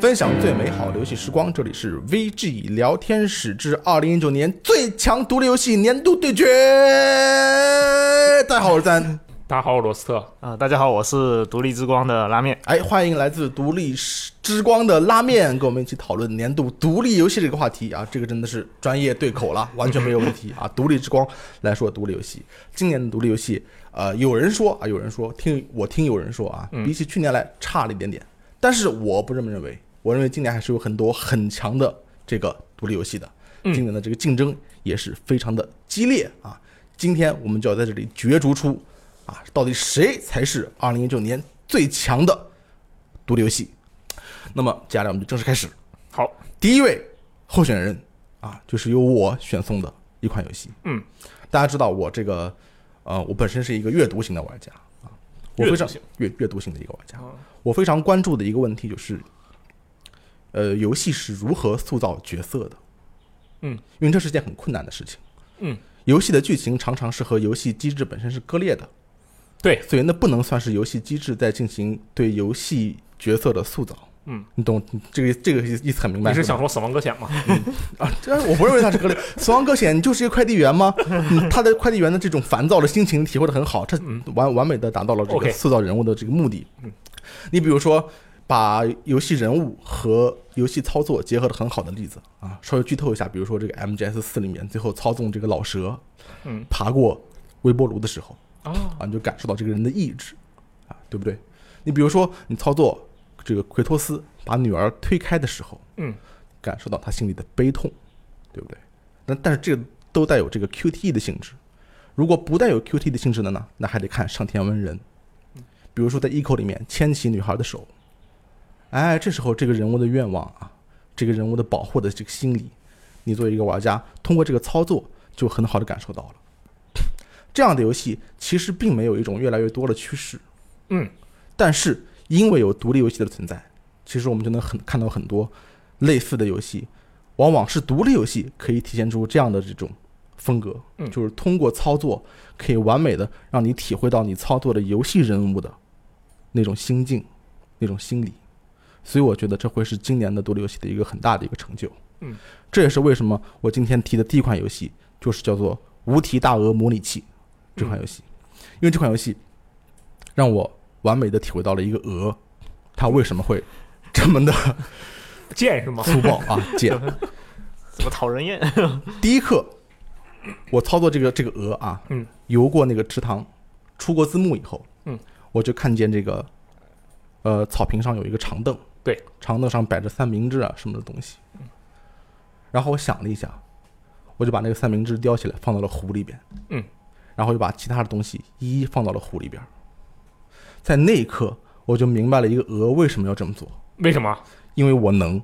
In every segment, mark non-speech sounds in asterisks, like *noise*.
分享最美好的游戏时光，这里是 VG 聊天室之二零一九年最强独立游戏年度对决。大家好，我是三。大家好，我罗斯特。啊、大家好，我是独立之光的拉面。哎，欢迎来自独立之光的拉面，跟我们一起讨论年度独立游戏这个话题啊！这个真的是专业对口了，完全没有问题啊！独立之光来说独立游戏，今年的独立游戏，呃，有人说啊，有人说，听我听有人说啊，比起去年来差了一点点，但是我不这么认为，我认为今年还是有很多很强的这个独立游戏的，今年的这个竞争也是非常的激烈啊！今天我们就要在这里角逐出啊，到底谁才是二零一九年最强的独立游戏？那么接下来我们就正式开始。好，第一位候选人啊，就是由我选送的一款游戏。嗯，大家知道我这个呃，我本身是一个阅读型的玩家啊，我非阅读常型阅阅读型的一个玩家哦，我非常关注的一个问题就是，呃，游戏是如何塑造角色的？嗯，因为这是件很困难的事情。嗯，游戏的剧情常常是和游戏机制本身是割裂的，对，所以那不能算是游戏机制在进行对游戏角色的塑造。嗯，你懂这个这个意思很明白。你是吧想说《死亡 *laughs* 搁浅》吗？啊，这我不认为他是割裂。死亡搁浅，你就是一个快递员吗？嗯他的快递员的这种烦躁的心情体会的很好，这完完美的达到了这个 OK 塑造人物的这个目的。你比如说，把游戏人物和游戏操作结合的很好的例子啊，稍微剧透一下，比如说这个 MGS 四里面最后操纵这个老蛇，嗯，爬过微波炉的时候，啊，啊，你就感受到这个人的意志，啊，对不对？你比如说，你操作这个奎托斯把女儿推开的时候，嗯，感受到他心里的悲痛，对不对？那但是这个都带有这个 QTE 的性质，如果不带有 QTE 的性质的呢，那还得看上田文人。比如说在 Eco 里面牵起女孩的手，哎，这时候这个人物的愿望啊，这个人物的保护的这个心理，你作为一个玩家，通过这个操作就很好的感受到了。这样的游戏其实并没有一种越来越多的趋势，嗯，但是因为有独立游戏的存在，其实我们就能很看到很多类似的游戏，往往是独立游戏可以体现出这样的这种风格，嗯就是通过操作可以完美的让你体会到你操作的游戏人物的那种心境、那种心理，所以我觉得这会是今年的独立游戏的一个很大的一个成就。嗯，这也是为什么我今天提的第一款游戏就是叫做《无题大鹅模拟器》这款游戏，因为这款游戏让我完美的体会到了一个鹅，它为什么会这么的剑是吗？粗暴啊贱。怎么讨人 *laughs* 厌？第一课，我操作这个这个鹅啊，嗯，游过那个池塘，出过字幕以后，嗯，我就看见这个，呃，草坪上有一个长凳，对，长凳上摆着三明治啊什么的东西，然后我想了一下，我就把那个三明治叼起来放到了湖里边，嗯，然后就把其他的东西一一放到了湖里边儿，在那一刻我就明白了一个鹅为什么要这么做，为什么因为我能，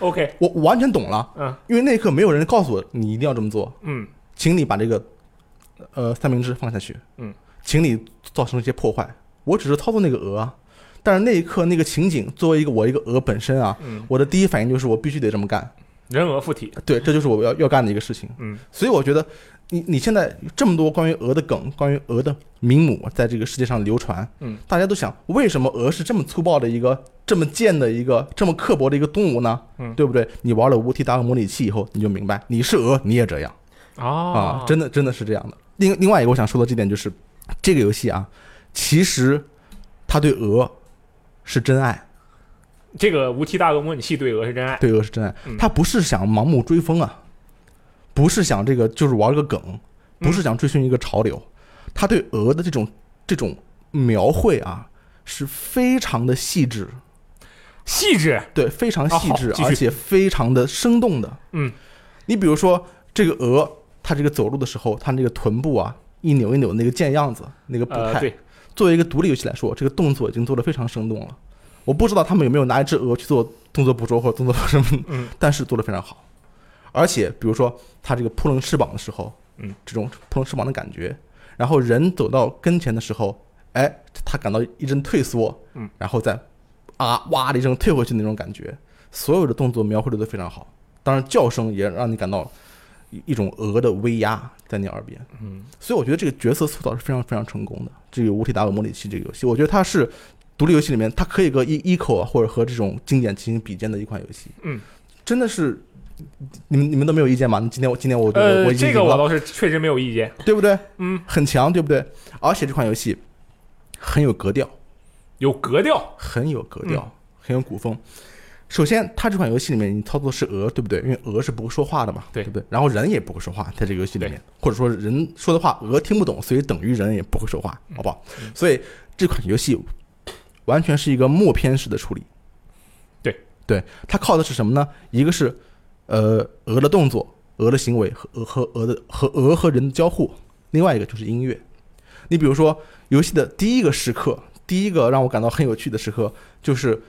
？OK，我我完全懂了，嗯因为那一刻没有人告诉我你一定要这么做，嗯请你把这个呃三明治放下去，嗯，请你造成一些破坏。我只是操作那个鹅啊，但是那一刻那个情景，作为一个我一个鹅本身啊，嗯，我的第一反应就是我必须得这么干，人鹅附体，对，这就是我要要干的一个事情。嗯，所以我觉得你你现在这么多关于鹅的梗，关于鹅的名母在这个世界上流传，嗯，大家都想为什么鹅是这么粗暴的一个，这么贱的一个，这么刻薄的一个动物呢？嗯对不对？你玩了无题达尔模拟器以后，你就明白，你是鹅，你也这样。啊啊，真的真的是这样的。另另外一个我想说的这点就是，这个游戏啊，其实他对鹅是真爱，这个无题大鹅模拟器对鹅是真爱，对鹅是真爱嗯，他不是想盲目追风啊，不是想这个就是玩个梗，不是想追寻一个潮流，他对鹅的这种这种描绘啊。是非常的细致，细致，对，非常细致啊好，继续而且非常的生动的。嗯，你比如说这个鹅，它这个走路的时候，它那个臀部啊一扭一扭那个贱样子，那个步态，呃，对，作为一个独立游戏来说，这个动作已经做得非常生动了。我不知道他们有没有拿一只鹅去做动作捕捉或者动作什么，嗯但是做得非常好。而且比如说它这个扑棱翅膀的时候，嗯，这种扑棱翅膀的感觉，然后人走到跟前的时候，哎，他感到一阵退缩，嗯，然后再啊哇的一声退回去的那种感觉，所有的动作描绘的都非常好。当然，叫声也让你感到一一种鹅的威压在你耳边。嗯，所以我觉得这个角色塑造是非常非常成功的。这个《无题达尔模拟器》这个游戏，我觉得它是独立游戏里面，它可以和 E E 口啊，或者和这种经典进行比肩的一款游戏。嗯，真的是，你们你们都没有意见吗？你今天我今天我呃，我已经这个赢我了倒是确实没有意见。对不对？嗯，很强，对不对？而且这款游戏很有格调，有格调，很有格嗯调，很有古风。首先，它这款游戏里面你操作是鹅，对不对？因为鹅是不会说话的嘛，对不对？然后人也不会说话，在这个游戏里面，或者说人说的话鹅听不懂，所以等于人也不会说话，嗯好不好？所以这款游戏完全是一个默片式的处理。对对，它靠的是什么呢？一个是呃鹅的动作、鹅的行为和鹅和鹅的和鹅和人的交互，另外一个就是音乐。你比如说，游戏的第一个时刻，第一个让我感到很有趣的时刻，就是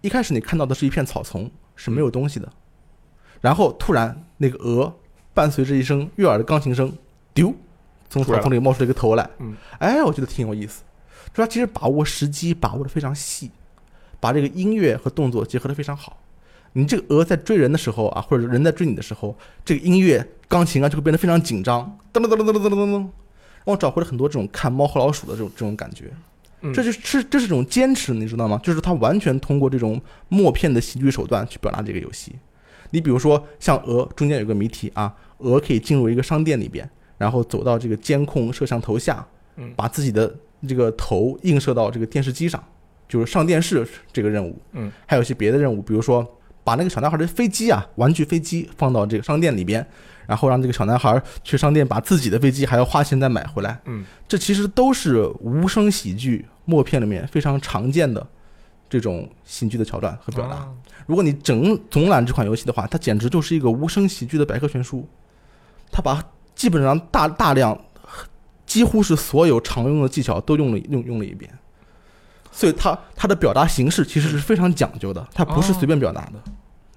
一开始你看到的是一片草丛，是没有东西的，然后突然那个鹅伴随着一声悦耳的钢琴声，丢，从出草来了丛里冒出了一个头来嗯，哎，我觉得挺有意思。就他其实把握时机把握的非常细，把这个音乐和动作结合的非常好。你这个鹅在追人的时候啊，或者人在追你的时候，这个音乐钢琴啊就会变得非常紧张，噔噔噔噔噔噔噔噔噔，让我找回了很多这种看猫和老鼠的这种这种感觉。嗯这就是这这是一种坚持，你知道吗？就是他完全通过这种默片的戏剧手段去表达这个游戏。你比如说像鹅中间有个谜题啊，鹅可以进入一个商店里边，然后走到这个监控摄像头下嗯，把自己的这个头映射到这个电视机上，就是上电视这个任务。嗯，还有一些别的任务，比如说把那个小男孩的飞机啊，玩具飞机放到这个商店里边，然后让这个小男孩去商店把自己的飞机还要花钱再买回来。嗯，这其实都是无声喜剧默片里面非常常见的这种喜剧的桥段和表达。啊如果你整总览这款游戏的话，它简直就是一个无声喜剧的百科全书。它把基本上大大量，几乎是所有常用的技巧都用了用用了一遍，所以它它的表达形式其实是非常讲究的，它不是哦随便表达的。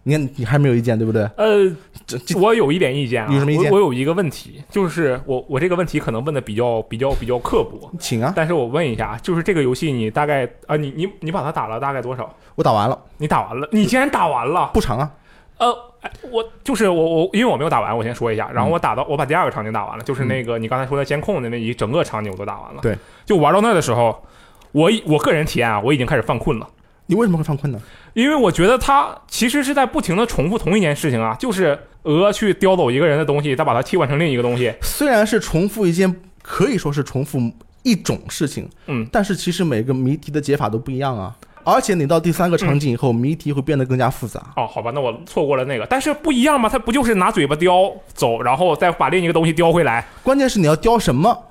你看，你还没有意见对不对？呃，这这我有一点意见啊，有什么意见我我有一个问题，就是我我这个问题可能问的比较比较比较刻薄，请啊，但是我问一下，就是这个游戏你大概啊、你你你把它打了大概多少？我打完了，你打完了？你竟然打完了？不长啊，呃，哎我就是我我，因为我没有打完，我先说一下。然后我打到我把第二个场景打完了，就是那个你刚才说的监控的那一整个场景我都打完了。对，就玩到那的时候，我已我个人体验啊，我已经开始犯困了。你为什么会犯困呢？因为我觉得他其实是在不停的重复同一件事情啊，就是鹅去叼走一个人的东西，再把它替换成另一个东西。虽然是重复一件，可以说是重复一种事情，嗯，但是其实每个谜题的解法都不一样啊。而且你到第三个场景以嗯后，谜题会变得更加复杂。哦，好吧，那我错过了那个，但是不一样嘛，他不就是拿嘴巴叼走，然后再把另一个东西叼回来？关键是你要雕什么，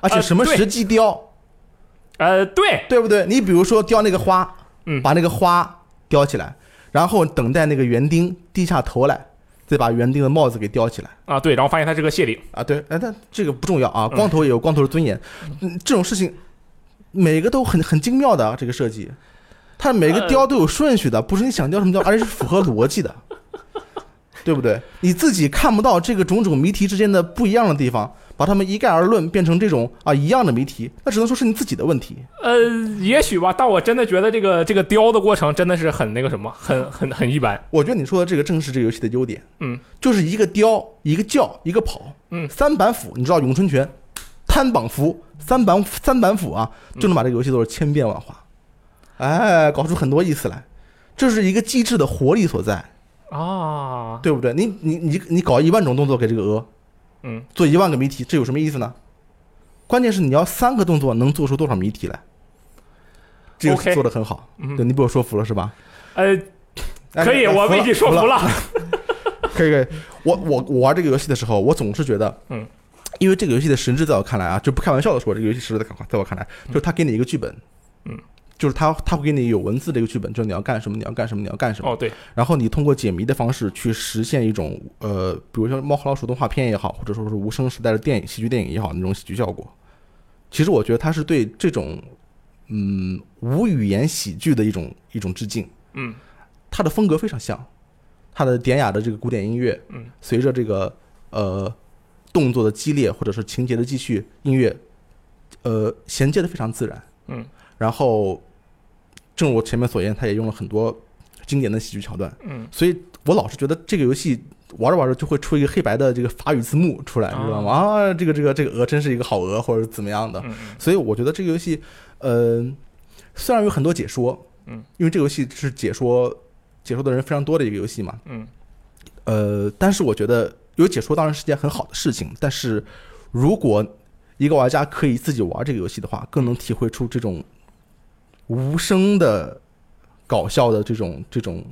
而且呃什么对时机雕，呃，对，对不对？你比如说雕那个花，嗯把那个花雕起来，然后等待那个园丁低下头来，再把园丁的帽子给雕起来。啊对，然后发现他是个谢顶，啊，对，哎，但这个不重要啊，光头也有光头的尊严，嗯，这种事情每个都很很精妙的、啊、这个设计，它每个雕都有顺序的，不是你想雕什么雕，而且是符合逻辑的， *laughs* 对不对？你自己看不到这个种种谜题之间的不一样的地方，把它们一概而论，变成这种啊一样的谜题，那只能说是你自己的问题。呃，也许吧，但我真的觉得这个这个雕的过程真的是很那个什么，很很很一般。我觉得你说的这个正是这个游戏的优点，嗯，就是一个雕，一个叫，一个跑，嗯三板斧，你知道咏春拳、摊绑斧、三板三板斧啊，嗯就能把这个游戏做是千变万化，哎，搞出很多意思来，这是一个机制的活力所在，啊，对不对？你你你你搞一万种动作给这个鹅，嗯，做一万个谜题，这有什么意思呢？关键是你要三个动作能做出多少谜题来，这个 OK 做的很好，嗯对你被我说服了是吧？呃，哎可以，哎我服被你说服服了。可以可以，我我我玩这个游戏的时候，我总是觉得，嗯，因为这个游戏的实质在我看来啊，就不开玩笑的说，这个游戏实质在在我看来，就是他给你一个剧本，嗯，就是他他会给你有文字的一个剧本，就是你要干什么，你要干什么，你要干什么，哦，对，然后你通过解谜的方式去实现一种呃，比如说猫和老鼠动画片也好，或者说是无声时代的电影喜剧电影也好，那种喜剧效果。其实我觉得它是对这种嗯无语言喜剧的一种一种致敬。嗯，它的风格非常像，它的典雅的这个古典音乐，嗯，随着这个呃动作的激烈或者是情节的继续，音乐呃衔接的非常自然。嗯，然后正如我前面所言，它也用了很多经典的喜剧桥段。嗯，所以我老是觉得这个游戏玩着玩着就会出一个黑白的这个法语字幕出来，啊你知道吗？啊，这个这个这个鹅真是一个好鹅，或者怎么样的。嗯所以我觉得这个游戏，呃，虽然有很多解说，嗯，因为这个游戏是解说解说的人非常多的一个游戏嘛，嗯，呃，但是我觉得有解说当然是件很好的事情，但是如果一个玩家可以自己玩这个游戏的话，更能体会出这种无声的搞笑的这种这种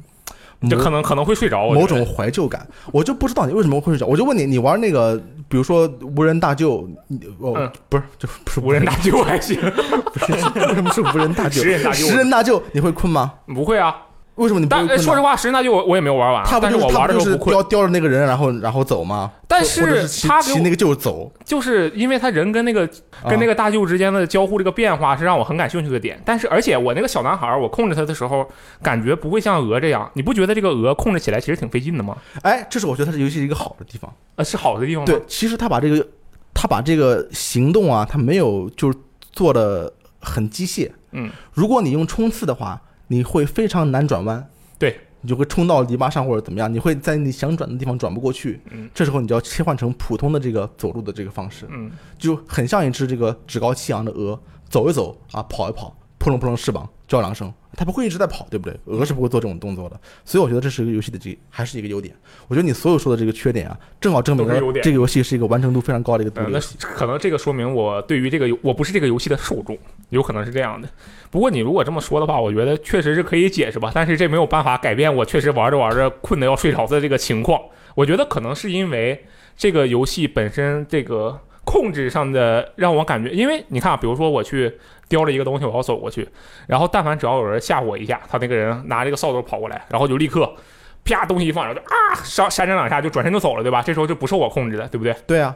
就魔可能可能会睡着。我嗯觉得某种怀旧感，我就不知道你为什么会睡着。我就问你，你玩那个，比如说无人大救，你哦，嗯不是，就不是无人大救还行， *laughs* 不是为什么是无人大救？十人大救十人大救，你会困吗？不会啊。为什么你不但会哎困呢？说实话，十人大救我我也没有玩完，啊他不但就是我他玩不的就时是候不困，叼叼着那个人，然后然后走吗？但或或者是骑他给骑那我个就是走，啊就是因为他人跟那个跟个那个大舅之间的交互这个变化是让我很感兴趣的点。但是而且我那个小男孩儿，我控制他的时候感觉不会像鹅这样，你不觉得这个鹅控制起来其实挺费劲的吗？哎，这是我觉得它游戏一个好的地方。呃，是好的地方吗？对，其实他把这个他把这个行动啊，他没有就是做的很机械。嗯，如果你用冲刺的话，你会非常难转弯。对。你就会冲到篱笆上或者怎么样，你会在你想转的地方转不过去。嗯，这时候你就要切换成普通的这个走路的这个方式，嗯，就很像一只这个趾高气扬的鹅，走一走啊，跑一跑，扑棱扑棱翅膀，叫两声，它不会一直在跑，对不对？鹅是不会做这种动作的，所以我觉得这是一个游戏的这还是一个优点。我觉得你所有说的这个缺点啊，正好证明都了是优点这个游戏是一个完成度非常高的一个独呃立那游戏。可能这个说明我对于这个游我不是这个游戏的受众，有可能是这样的。不过你如果这么说的话，我觉得确实是可以解释吧，但是这没有办法改变我确实玩着玩着困得要睡着的这个情况。我觉得可能是因为这个游戏本身这个控制上的让我感觉，因为你看、啊，比如说我去叼着一个东西，我要走过去，然后但凡只要有人吓我一下，他那个人拿这个扫帚跑过来，然后就立刻。啪，东西一放，然后就啊，扇扇掌两下就转身就走了，对吧？这时候就不受我控制的，对不对？对啊，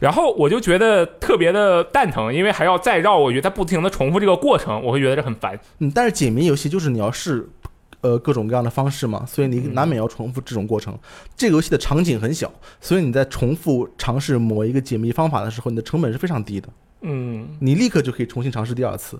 然后我就觉得特别的蛋疼，因为还要再绕，我觉得它不停的重复这个过程，我会觉得这很烦。嗯，但是解谜游戏就是你要试，呃，各种各样的方式嘛，所以你嗯难免要重复这种过程。这个游戏的场景很小，所以你在重复尝试某一个解谜方法的时候，你的成本是非常低的，嗯，你立刻就可以重新尝试第二次，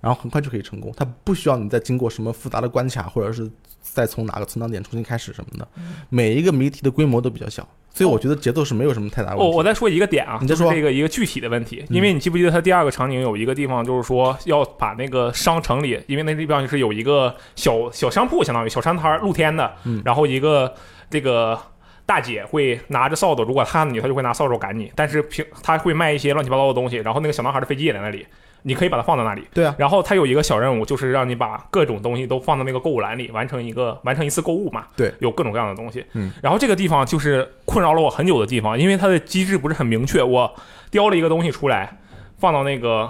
然后很快就可以成功。它不需要你再经过什么复杂的关卡，或者是再从哪个存档点重新开始什么的。嗯每一个谜题的规模都比较小，所以我觉得节奏是没有什么太大哦，问题。我再说一个点啊，你再说嗯就是这个一个具体的问题，因为你记不记得它第二个场景有一个地方，就是说要把那个商城里，因为那地方是有一个小小商铺，相当于小商摊儿露天的嗯，然后一个这个。大姐会拿着扫帚，如果她看到你，她就会拿扫帚赶你。但是平她会卖一些乱七八糟的东西，然后那个小男孩的飞机也在那里，你可以把它放在那里。对啊，然后它有一个小任务，就是让你把各种东西都放到那个购物篮里，完成一个完成一次购物嘛。对，有各种各样的东西。嗯，然后这个地方就是困扰了我很久的地方，因为它的机制不是很明确。我叼了一个东西出来，放到那个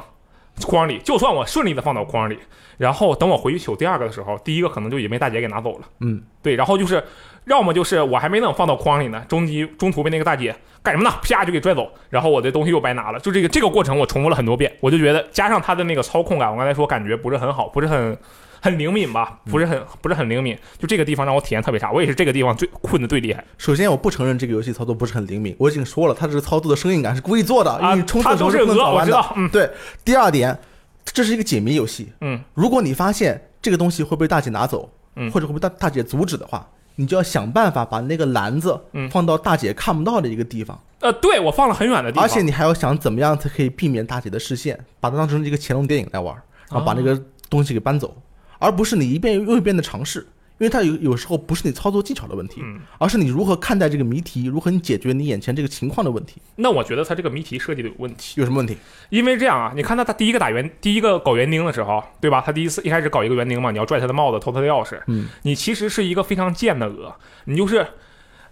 筐里，就算我顺利的放到筐里，然后等我回去取第二个的时候，第一个可能就已经被大姐给拿走了。嗯，对，然后就是要么就是我还没等放到筐里呢，中间中途被那个大姐干什么呢？啪就给拽走，然后我的东西又白拿了。就这个这个过程我重复了很多遍，我就觉得加上它的那个操控感，我刚才说感觉不是很好，不是很。很灵敏吧，嗯不是很不是很灵敏，就这个地方让我体验特别差，我也是这个地方最困的最厉害首先，我不承认这个游戏操作不是很灵敏，我已经说了，它这个操作的生硬感是故意做的，因啊为你冲！刺的它时都候是不能鹅，转我弯知的。道，嗯对，第二点，这是一个解谜游戏。嗯，如果你发现这个东西会被大姐拿走，嗯或者会被大大姐阻止的话，你就要想办法把那个篮子嗯放到大姐看不到的一个地方，呃，对我放了很远的地方，而且你还要想怎么样才可以避免大姐的视线，把它当成一个乾隆电影来玩，然哦后把那个东西给搬走，而不是你一遍又一遍的尝试。因为它有有时候不是你操作技巧的问题，嗯而是你如何看待这个谜题，如何你解决你眼前这个情况的问题。那我觉得它这个谜题设计的有问题，有什么问题？因为这样啊，你看他他第一个打园，第一个搞园丁的时候，对吧？他第一次一开始搞一个园丁嘛，你要拽他的帽子，偷他的钥匙，嗯，你其实是一个非常贱的鹅，你就是。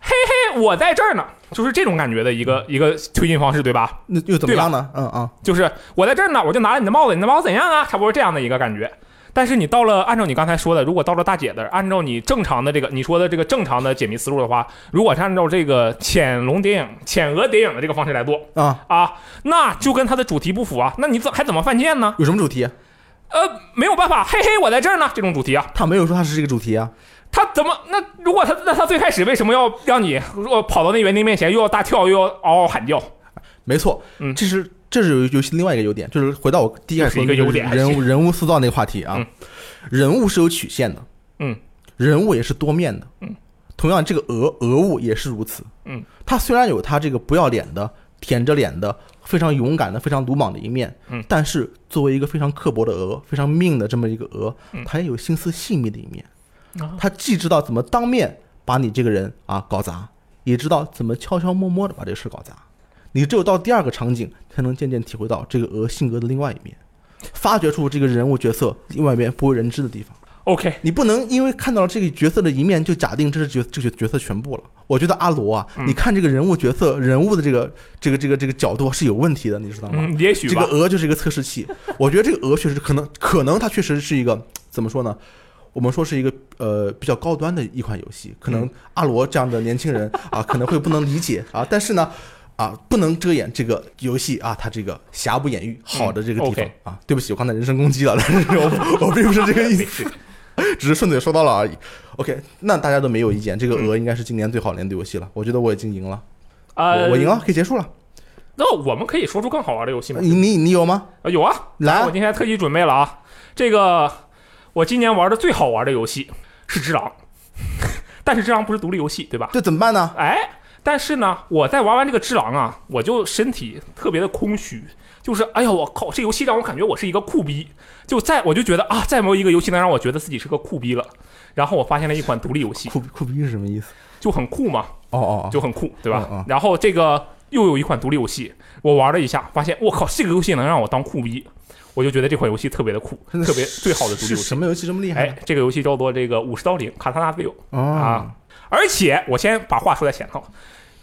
嘿嘿，我在这儿呢，就是这种感觉的一嗯个一个推进方式，对吧？那又怎么样呢？嗯啊，就是我在这儿呢，我就拿了你的帽子，你的帽子怎样啊？差不多这样的一个感觉。但是你到了，按照你刚才说的，如果到了大姐的，按照你正常的这个你说的这个正常的解谜思路的话，如果是按照这个潜龙谍影、潜鹅谍影的这个方式来做啊，啊，那就跟它的主题不符啊。那你怎还怎么犯贱呢？有什么主题？呃，没有办法，嘿嘿，我在这儿呢，这种主题啊，他没有说他是这个主题啊，他怎么那如果他那他最开始为什么要让你如果跑到那园丁面前又要大跳又要嗷嗷喊叫？没错，嗯这是这是游游戏另外一个优点，就是回到我第一开始说的又是一个优点人物人物塑造那个话题啊，嗯人物是有曲线的，嗯，人物也是多面的，嗯，同样这个俄俄物也是如此，嗯，它虽然有它这个不要脸的舔着脸的、非常勇敢的、非常鲁莽的一面。嗯，但是作为一个非常刻薄的鹅、非常命的这么一个鹅嗯，它也有心思细密的一面。啊他既知道怎么当面把你这个人啊搞砸，也知道怎么悄悄摸摸的把这事搞砸。你只有到第二个场景，才能渐渐体会到这个鹅性格的另外一面，发掘出这个人物角色另外一面不为人知的地方。 OK，你不能因为看到了这个角色的一面，就假定这是角这个角色全部了。我觉得阿罗啊，嗯你看这个人物角色人物的这个这个这个这个角度是有问题的，你知道吗？嗯，也许这个吧。鹅就是一个测试器。我觉得这个鹅确实可能，可能它确实是一个怎么说呢？我们说是一个呃比较高端的一款游戏，可嗯能阿罗这样的年轻人啊可能会不能理解啊，但是呢。啊，不能遮掩这个游戏啊，它这个瑕不掩瑜，好的这个地方、嗯 OK 啊，对不起，我刚才人身攻击了，但是我我并不是这个意思，只是顺嘴说到了而已。OK，那大家都没有意见，这个嗯鹅应该是今年最好年度游戏了，我觉得我已经赢了，呃，我我赢。啊了，可以结束了。那我们可以说出更好玩的游戏吗？你你你有吗？啊有啊，来啊我今天特意准备了啊。这个我今年玩的最好玩的游戏是《只狼》， *laughs* 但是《只狼》不是独立游戏，对吧？这怎么办呢？哎，但是呢，我在玩完这个《只狼》啊，我就身体特别的空虚，就是哎呀，我靠，这游戏让我感觉我是一个酷逼，就再我就觉得啊，再没有一个游戏能让我觉得自己是个酷逼了。然后我发现了一款独立游戏，酷酷逼是什么意思？就很酷嘛，哦哦哦，就很酷，对吧？嗯嗯然后这个又有一款独立游戏，我玩了一下，发现我靠，这个游戏能让我当酷逼，我就觉得这款游戏特别的酷，真的特别是最好的独立是啊游什戏。么游戏这么厉害哎呢？，这个游戏叫做这个《武士刀零》卡塔纳队友哦，啊，而且我先把话说在前头，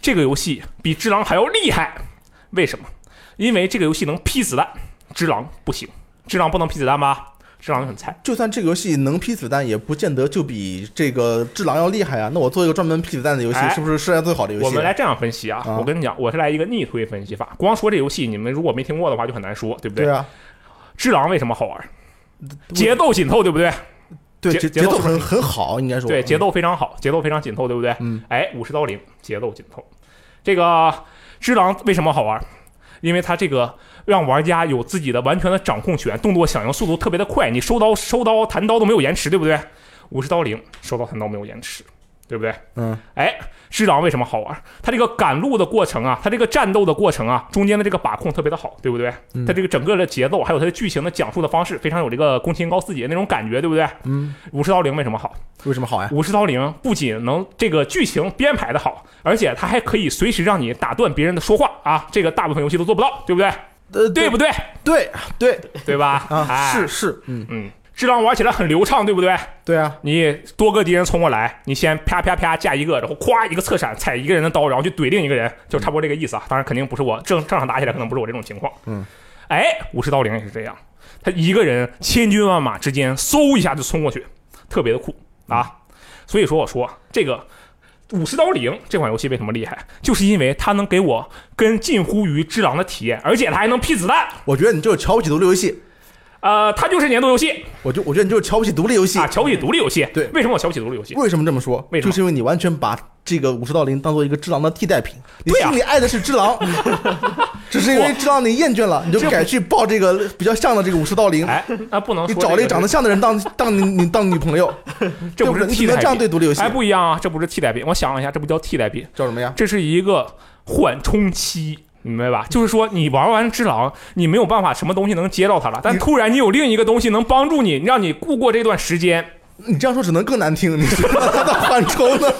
这个游戏比《只狼》还要厉害，为什么？因为这个游戏能劈子弹，《只狼》不行，《只狼》不能劈子弹吧？《只狼》就很菜。就算这个游戏能劈子弹，也不见得就比这个《智狼》要厉害啊。那我做一个专门劈子弹的游戏哎，是不是世界上最好的游戏？我们来这样分析啊，啊我跟你讲，我是来一个逆推分析法。光说这游戏，你们如果没听过的话，就很难说，对不对啊，只狼为什么好玩？节奏紧凑，对不对？对节节节节奏奏是不很很好，应该说对，节奏非常好，节奏非常紧凑，对不对？嗯，哎，五十刀零，节奏紧凑。这个只狼为什么好玩？因为它这个让玩家有自己的完全的掌控权，动作响应速度特别的快，你收刀、收刀、弹刀都没有延迟，对不对？五十刀零，收刀弹刀没有延迟，对不对？嗯，哎，只狼为什么好玩？它这个赶路的过程啊，它这个战斗的过程啊，中间的这个把控特别的好，对不对？嗯它这个整个的节奏，还有它的剧情的讲述的方式，非常有这个宫崎高四姐那种感觉，对不对？嗯，武士刀零为什么好？为什么好呀？武士刀零不仅能这个剧情编排的好，而且它还可以随时让你打断别人的说话啊，这个大部分游戏都做不到，对不对？呃，对不对？对对对吧？啊，哎是，是，嗯，嗯，只狼玩起来很流畅，对不对？对啊，你多个敌人冲过来，你先啪啪啪架一个，然后咵一个侧闪踩一个人的刀，然后去怼另一个人，就差不多这个意思啊。当然肯定不是我正正常打起来，可能不是我这种情况。嗯，哎，武士刀灵也是这样，他一个人千军万马之间，嗖一下就冲过去，特别的酷啊。所以说我说这个。武士刀灵这款游戏为什么厉害？就是因为它能给我跟近乎于之狼的体验，而且它还能劈子弹。我觉得你就是瞧不起独立游戏，呃，它就是年度游戏我就我觉得你就是瞧不起独立游戏啊，。瞧不起独立游戏。对为什么我瞧不起独立游戏？为什么这么说？为什么就是因为你完全把这个武士道林当做一个智狼的替代品，你对啊心里爱的是智 *laughs* 狼，只是因为智狼你厌倦了，你就改去抱这个比较像的这个武士道林，哎，那不能你说找这了一个长得像的人 *laughs* 当当你你当女朋友，这不是对你替怎代么这样品，对独立游戏哎，不一样啊，这不是替代品。我想了一下，这不叫替代品，叫什么呀？这是一个缓冲期，你明白吧？就是说，你玩完只狼，你没有办法什么东西能接到它了，但突然你有另一个东西能帮助你，让你度过这段时间。你这样说只能更难听，你 *laughs* 知道他在缓冲 *laughs* 呢？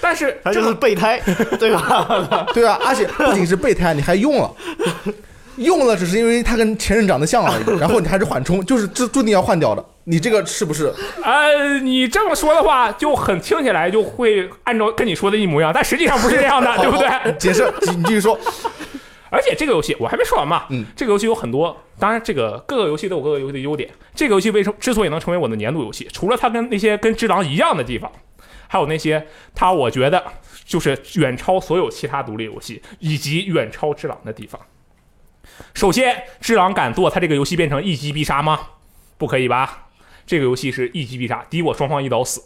但是他这就个是备 *laughs* 胎，对吧？对啊，而且不仅是备胎，你还用了，用了只是因为他跟前任长得像而 *laughs* 已，然后你还是缓冲，就是这注定要换掉的。你这个是不是？呃，你这么说的话，就很听起来就会按照跟你说的一模一样，但实际上不是这 *laughs* 样的， *laughs* 对不对？解释，你你继续说。而且这个游戏我还没说完嘛，嗯，这个游戏有很多，当然这个各个游戏都有各个游戏的优点。这个游戏为什么之所以能成为我的年度游戏，除了它跟那些跟《只狼》一样的地方，还有那些它我觉得就是远超所有其他独立游戏以及远超《只狼》的地方。首先，《只狼》敢做它这个游戏变成一击必杀吗？不可以吧？这个游戏是一击必杀，敌我双方一刀死。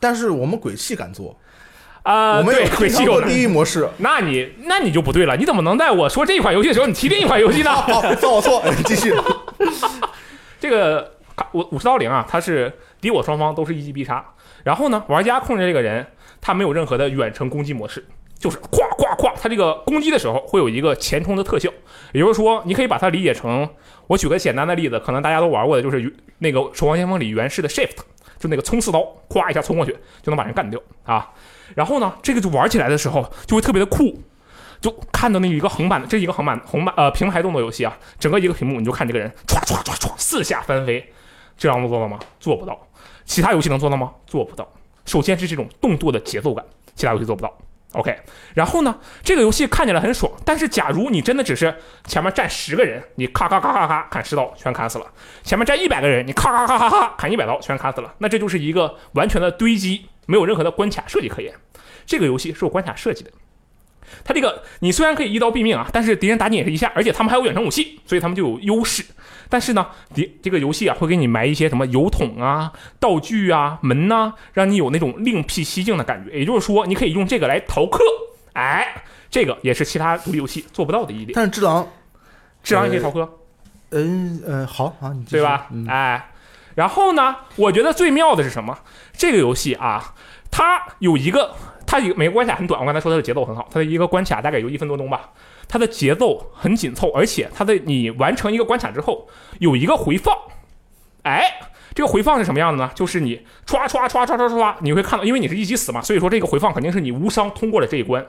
但是我们鬼泣敢做，啊、我们对，有鬼泣有有地狱模式。那你那你就不对了，你怎么能在我说这一款游戏的时候，你提另一款游戏呢？啊好，算我错，你继续。这个卡五五十刀零啊，它是敌我双方都是一击必杀。然后呢，玩家控制这个人，他没有任何的远程攻击模式，就是咵咵咵，它这个攻击的时候会有一个前冲的特效，也就是说，你可以把它理解成，我举个简单的例子，可能大家都玩过的，就是原那个《守望先锋》里原式的 Shift，就那个冲刺刀，咵一下冲过去就能把人干掉啊。然后呢，这个就玩起来的时候就会特别的酷，就看到那一个横版的，这是一个横版横版呃平排动作游戏啊，整个一个屏幕你就看这个人唰唰唰唰四下翻飞，这样能做到吗？做不到。其他游戏能做到吗？做不到。首先是这种动作的节奏感，其他游戏做不到。OK，然后呢，这个游戏看起来很爽，但是假如你真的只是前面站十个人，你咔咔咔咔咔砍十刀全砍死了；前面站一百个人，你咔咔咔咔咔砍一百刀全砍死了，那这就是一个完全的堆积，没有任何的关卡设计可言。这个游戏是有关卡设计的，它这个你虽然可以一刀毙命啊，但是敌人打你也是一下，而且他们还有远程武器，所以他们就有优势。但是呢，敌这个游戏啊会给你埋一些什么油桶啊、道具啊、门呐、让你有那种另辟蹊径的感觉。也就是说，你可以用这个来逃课。哎，这个也是其他独立游戏做不到的一点。但是智狼，智狼也可以逃课，嗯嗯，好啊，你继续对吧？嗯，哎，然后呢，我觉得最妙的是什么？这个游戏啊，它有一个，它有每个关卡很短，我刚才说它的节奏很好，它的一个关卡大概有一分多钟吧，它的节奏很紧凑，而且它的你完成一个关卡之后有一个回放，哎。这个回放是什么样的呢？就是你刷刷刷刷刷刷，你会看到，因为你是一级死嘛，所以说这个回放肯定是你无伤通过了这一关，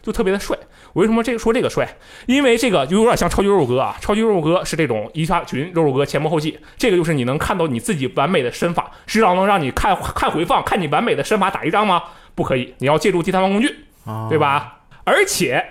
就特别的帅。我为什么这个说这个帅？因为这个就有点像超级肉肉哥啊，超级肉肉哥是这种一下群肉肉哥前仆后继，这个就是你能看到你自己完美的身法，至少能让你看看回放，看你完美的身法打一仗吗？不可以，你要借助第三方工具，啊对？吧？而且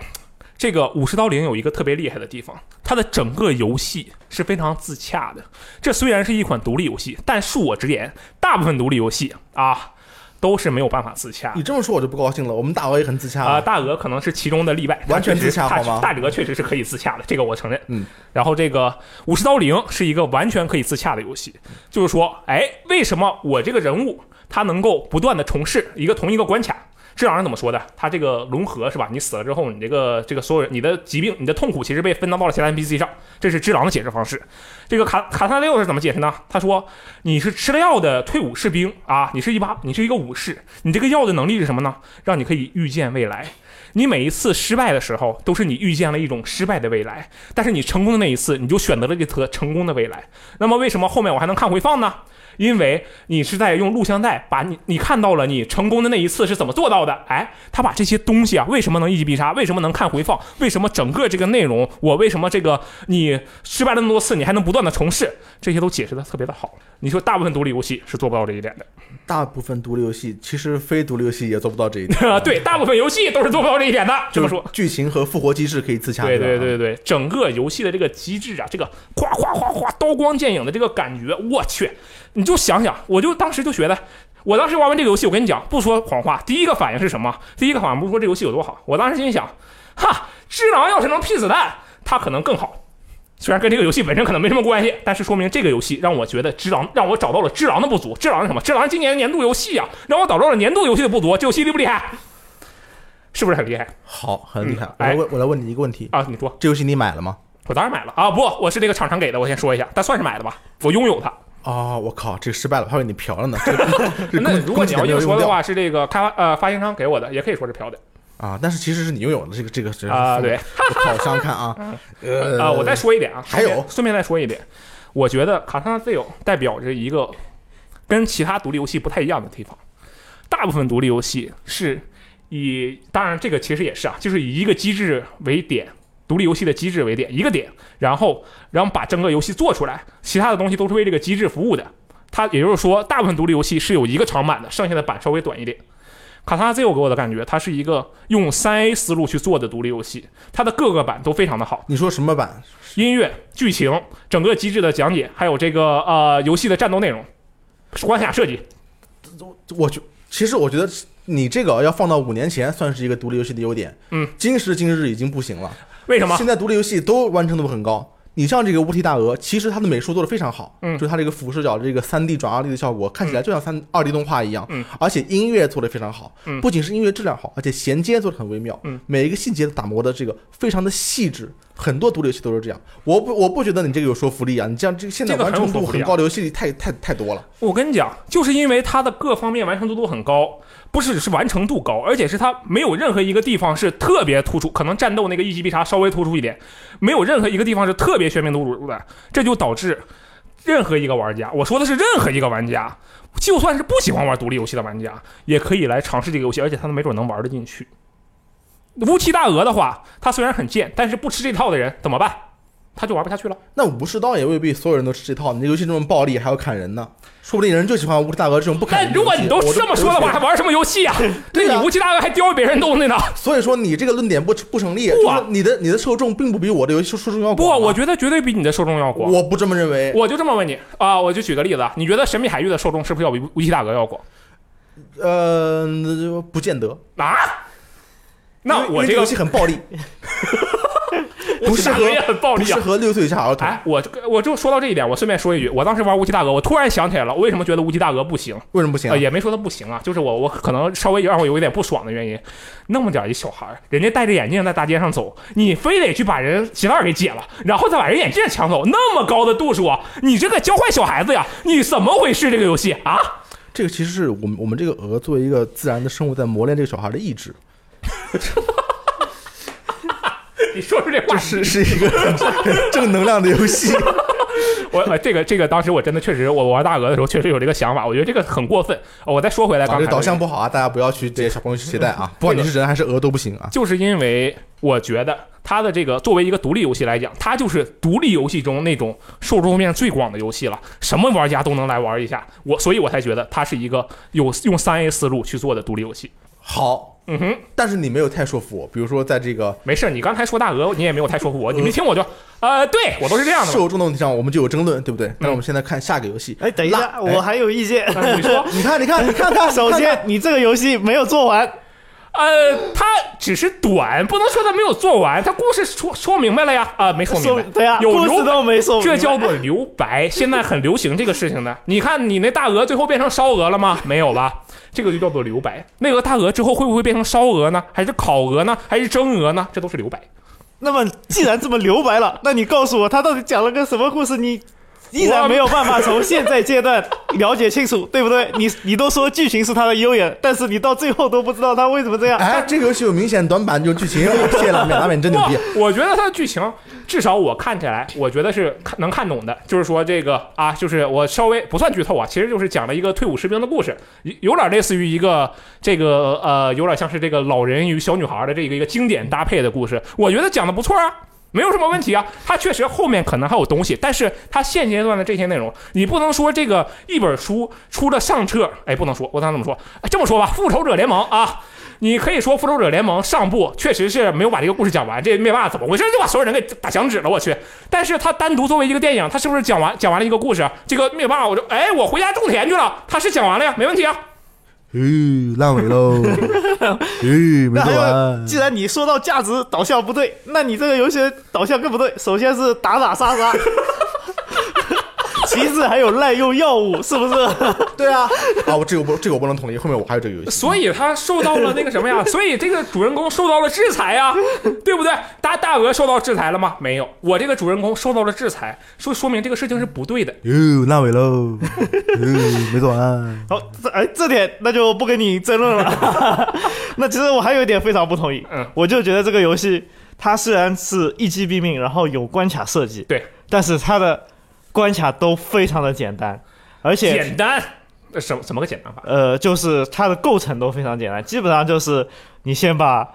这个武士刀零有一个特别厉害的地方，它的整个游戏是非常自洽的。这虽然是一款独立游戏，但恕我直言，大部分独立游戏啊都是没有办法自洽的你这么说我就不高兴了。我们大鹅也很自洽啊、大鹅可能是其中的例外，完全它确自实洽它好吗大鹅确实是可以自洽的，这个我承认。嗯，然后这个《武士刀零》是一个完全可以自洽的游戏，就是说，哎，为什么我这个人物他能够不断的重试一个同一个关卡？这玩意儿怎么说的？它这个融合是吧？你死了之后，你这个这个所有人，你的疾病、你的痛苦，其实被分到到了其他 NPC 上，这是只狼的解释方式。这个卡卡萨六是怎么解释呢？他说你是吃了药的退伍士兵啊，你是一把你是一个武士，你这个药的能力是什么呢？让你可以预见未来。你每一次失败的时候，都是你遇见了一种失败的未来，但是你成功的那一次，你就选择了这条成功的未来。那么为什么后面我还能看回放呢？因为你是在用录像带把你你看到了你成功的那一次是怎么做到的。哎，他把这些东西啊，为什么能一击必杀？为什么能看回放？为什么整个这个内容，我为什么这个你失败了那么多次，你还能不断的重试？这些都解释的特别的好。你说大部分独立游戏是做不到这一点的。大部分独立游戏其实非独立游戏也做不到这一点。啊， *laughs* 对，大部分游戏都是做不到这一点的。这么就说是，剧情和复活机制可以自洽。对对吧，对对，整个游戏的这个机制啊，这个哗哗哗哗刀光剑影的这个感觉，我去，你就想想，我就当时就觉得。我当时玩完这个游戏，我跟你讲，不说谎话，第一个反应是什么？第一个反应不是说这游戏有多好，我当时心里想，哈，智狼要是能劈子弹，它可能更好。虽然跟这个游戏本身可能没什么关系，但是说明这个游戏让我觉得智狼让我找到了智狼的不足。智狼是什么？智狼是今年年度游戏啊，让我找到了年度游戏的不足。这游戏厉不厉害？是不是很厉害好，很厉害嗯。我来哎问，我来问你一个问题：啊？你说。这游戏你买了吗？我当然买了啊！不，我是那个厂商给的，我先说一下，但算是买的吧，我拥有它。哦，我靠，这个失败了，还以为你嫖 *laughs* 了呢。这这那攻如果你要攻击点没硬有说用的掉话，是这个开发呃发行商给我的，也可以说是嫖的啊，但是其实是你拥有了这个这个这个啊、对，我靠，我想想看 *laughs* 啊，呃啊，我再说一点啊，还有顺便顺便再说一点，我觉得《卡萨纳自由》代表着一个跟其他独立游戏不太一样的地方。大部分独立游戏是以，当然这个其实也是啊，就是以一个机制为点，独立游戏的机制为点，一个点，然后然后把整个游戏做出来，其他的东西都是为这个机制服务的。它也就是说，大部分独立游戏是有一个长板的，剩下的板稍微短一点。卡萨纳自由给我的感觉，它是一个用三 A 思路去做的独立游戏，它的各个版都非常的好。你说什么版？音乐、剧情、整个机制的讲解，还有这个呃游戏的战斗内容、关卡设计，我觉其实我觉得你这个要放到五年前，算是一个独立游戏的优点。嗯，今时今日已经不行了。为什么现？在独立游戏都完成度很高。你像这个《无题大鹅》，其实它的美术做得非常好，嗯就是它这个俯视角这个三 D 转二 D 的效果，看起来就像三二 D 动画一样，嗯而且音乐做得非常好，嗯不仅是音乐质量好，而且衔接做得很微妙，嗯每一个细节都打磨的这个非常的细致，很多独立游戏都是这样，我不我不觉得你这个有说服力啊，你这样这个现在这个完很有成度说服力很啊高的游戏太太太多了，我跟你讲，就是因为它的各方面完成度都很高，不是只是完成度高，而且是它没有任何一个地方是特别突出，可能战斗那个一级必杀稍微突出一点，没有任何一个地方是特别全面突出的，这就导致任何一个玩家，我说的是任何一个玩家，就算是不喜欢玩独立游戏的玩家，也可以来尝试这个游戏，而且他们没准能玩得进去。无题大鹅的话，他虽然很贱，但是不吃这套的人怎么办？他就玩不下去了。那武士刀也未必所有人都吃这套，你这游戏这么暴力还要砍人呢，说不定人就喜欢无敌大哥这种不砍但人的如游戏。果你都我这么说的话，还，玩什么游戏啊？ *laughs* 对对呀你无期大哥还叼别人东西呢。所以说你这个论点不不成立，不啊就是你的你的受众 *laughs* 并不比我的游戏受众要不，广啊。我觉得绝对比你的受众要广。我不这么认为。我就这么问你啊，我就举个例子啊，你觉得神秘海域的受众是不是要比无期大哥要广呃，不见得，啊？那因为我因为这这个游戏很暴 *laughs* 力，无不期适大合哥也很暴不力适啊。合六岁以下儿童。哎，我我就说到这一点，我顺便说一句，我当时玩无期大哥，我突然想起来了，我为什么觉得无期大哥不行？为什么不行啊呃，？也没说他不行啊，就是我我可能稍微让我有一点不爽的原因，那么点儿一小孩儿，人家戴着眼镜在大街上走，你非得去把人鞋带儿给解了，然后再把人眼镜抢走，那么高的度数啊，你这个教坏小孩子呀，你怎么回事？这个游戏啊， *laughs* 这个其实是我们我们这个鹅作为一个自然的生物，在磨练这个小孩的意志，你说出这话这，是是一个 *laughs* 很正能量的游戏。我呃这个这个当时我真的确实，我玩大鹅的时候确实有这个想法，我觉得这个很过分。呃我再说回来，刚啊，才这的导向不好啊，大家不要去这些小朋友去携带啊，不管你是人还是鹅都不行啊。就是因为我觉得它的这个作为一个独立游戏来讲，它就是独立游戏中那种受众面最广的游戏了，什么玩家都能来玩一下。我所以我才觉得它是一个有用三 A 思路去做的独立游戏。好，嗯哼，但是你没有太说服我，比如说在这个没事，你刚才说大鹅，你也没有太说服我，你没听我就，呃，对我都是这样的嗯嘛。受众的问题上，我们就有争论，对不对？但是我们现在看下个游戏，哎，等一拉下，我哎还有意见。 *laughs* 那呃你说，你看，你看，你看看，首看看先，你这个游戏没有做完，呃，它只是短，不能说它没有做完，它故事说说明白了呀，啊、没说明说白，对呀，有故留事都没说明白，这叫做留白，现在很流行这个事情的。 *laughs* 你看，你那大鹅最后变成烧鹅了吗？没有吧？这个就叫做留白。那个大鹅之后会不会变成烧鹅呢？还是烤鹅呢？还是蒸鹅呢？这都是留白。那么既然这么留白了， *laughs* 那你告诉我他到底讲了个什么故事？你依然没有办法从现在阶段 *laughs* 了解清楚，对不对？你你都说剧情是他的优点，但是你到最后都不知道他为什么这样。哎，这个游戏有明显短板，就是剧情。 *laughs* 谢谢拉面，拉面你真牛逼。不，我觉得它的剧情，至少我看起来， *laughs* 我觉得是看能看懂的。就是说这个啊，就是我稍微不算剧透啊，其实就是讲了一个退伍士兵的故事，有有点类似于一个这个呃，有点像是这个老人与小女孩的这个一个经典搭配的故事。我觉得讲的不错啊。没有什么问题啊，它确实后面可能还有东西，但是它现阶段的这些内容，你不能说这个一本书出了上册，哎，不能说，我刚这么说，哎这么说吧，《复仇者联盟》啊，你可以说《复仇者联盟》上部确实是没有把这个故事讲完，这灭霸怎么回事就把所有人给打响指了，我去！但是它单独作为一个电影，它是不是讲完讲完了一个故事？这个灭霸，我就哎，我回家种田去了，它是讲完了呀，没问题啊。咦，烂尾 *laughs* 喽！咦，没那还做有，完。既然你说到价值导向不对，那你这个游戏的导向更不对。首先是打打杀 *laughs* 杀，其次还有滥用药物，是不是？对啊，啊，我这个我不这个我不能同意，后面我还有这个游戏。所以他受到了那个什么呀？所以这个主人公受到了制裁呀，对不对？大大鹅受到制裁了吗？没有，我这个主人公受到了制裁，说说明这个事情是不对的。哟，烂尾喽！哟，没做完。好，这哎，这点那就不跟你争论了。 *laughs* 那其实我还有一点非常不同意，嗯我就觉得这个游戏它虽然是一击毙命，然后有关卡设计，对，但是它的关卡都非常的简单，而且简单，呃什么怎么个简单法？呃，就是它的构成都非常简单，基本上就是你先把。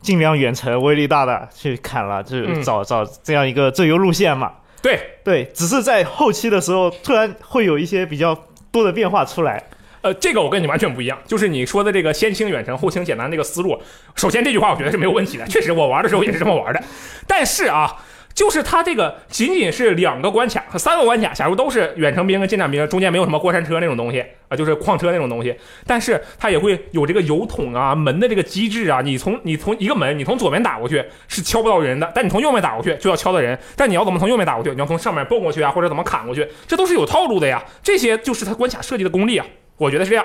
尽量远程威力大的去砍了，就是嗯找、找这样一个最优路线嘛。对，对，只是在后期的时候，突然会有一些比较多的变化出来。呃，这个我跟你完全不一样，就是你说的这个先轻远程后轻简单这个思路，首先这句话我觉得是没有问题的，确实我玩的时候也是这么玩的，但是啊。就是它这个仅仅是两个关卡和三个关卡，假如都是远程兵跟近战兵，中间没有什么过山车那种东西啊、就是矿车那种东西，但是它也会有这个油桶啊、门的这个机制啊。你从你从一个门，你从左边打过去是敲不到人的，但你从右面打过去就要敲到人。但你要怎么从右面打过去？你要从上面蹦过去啊，或者怎么砍过去，这都是有套路的呀。这些就是它关卡设计的功力啊，我觉得是这样。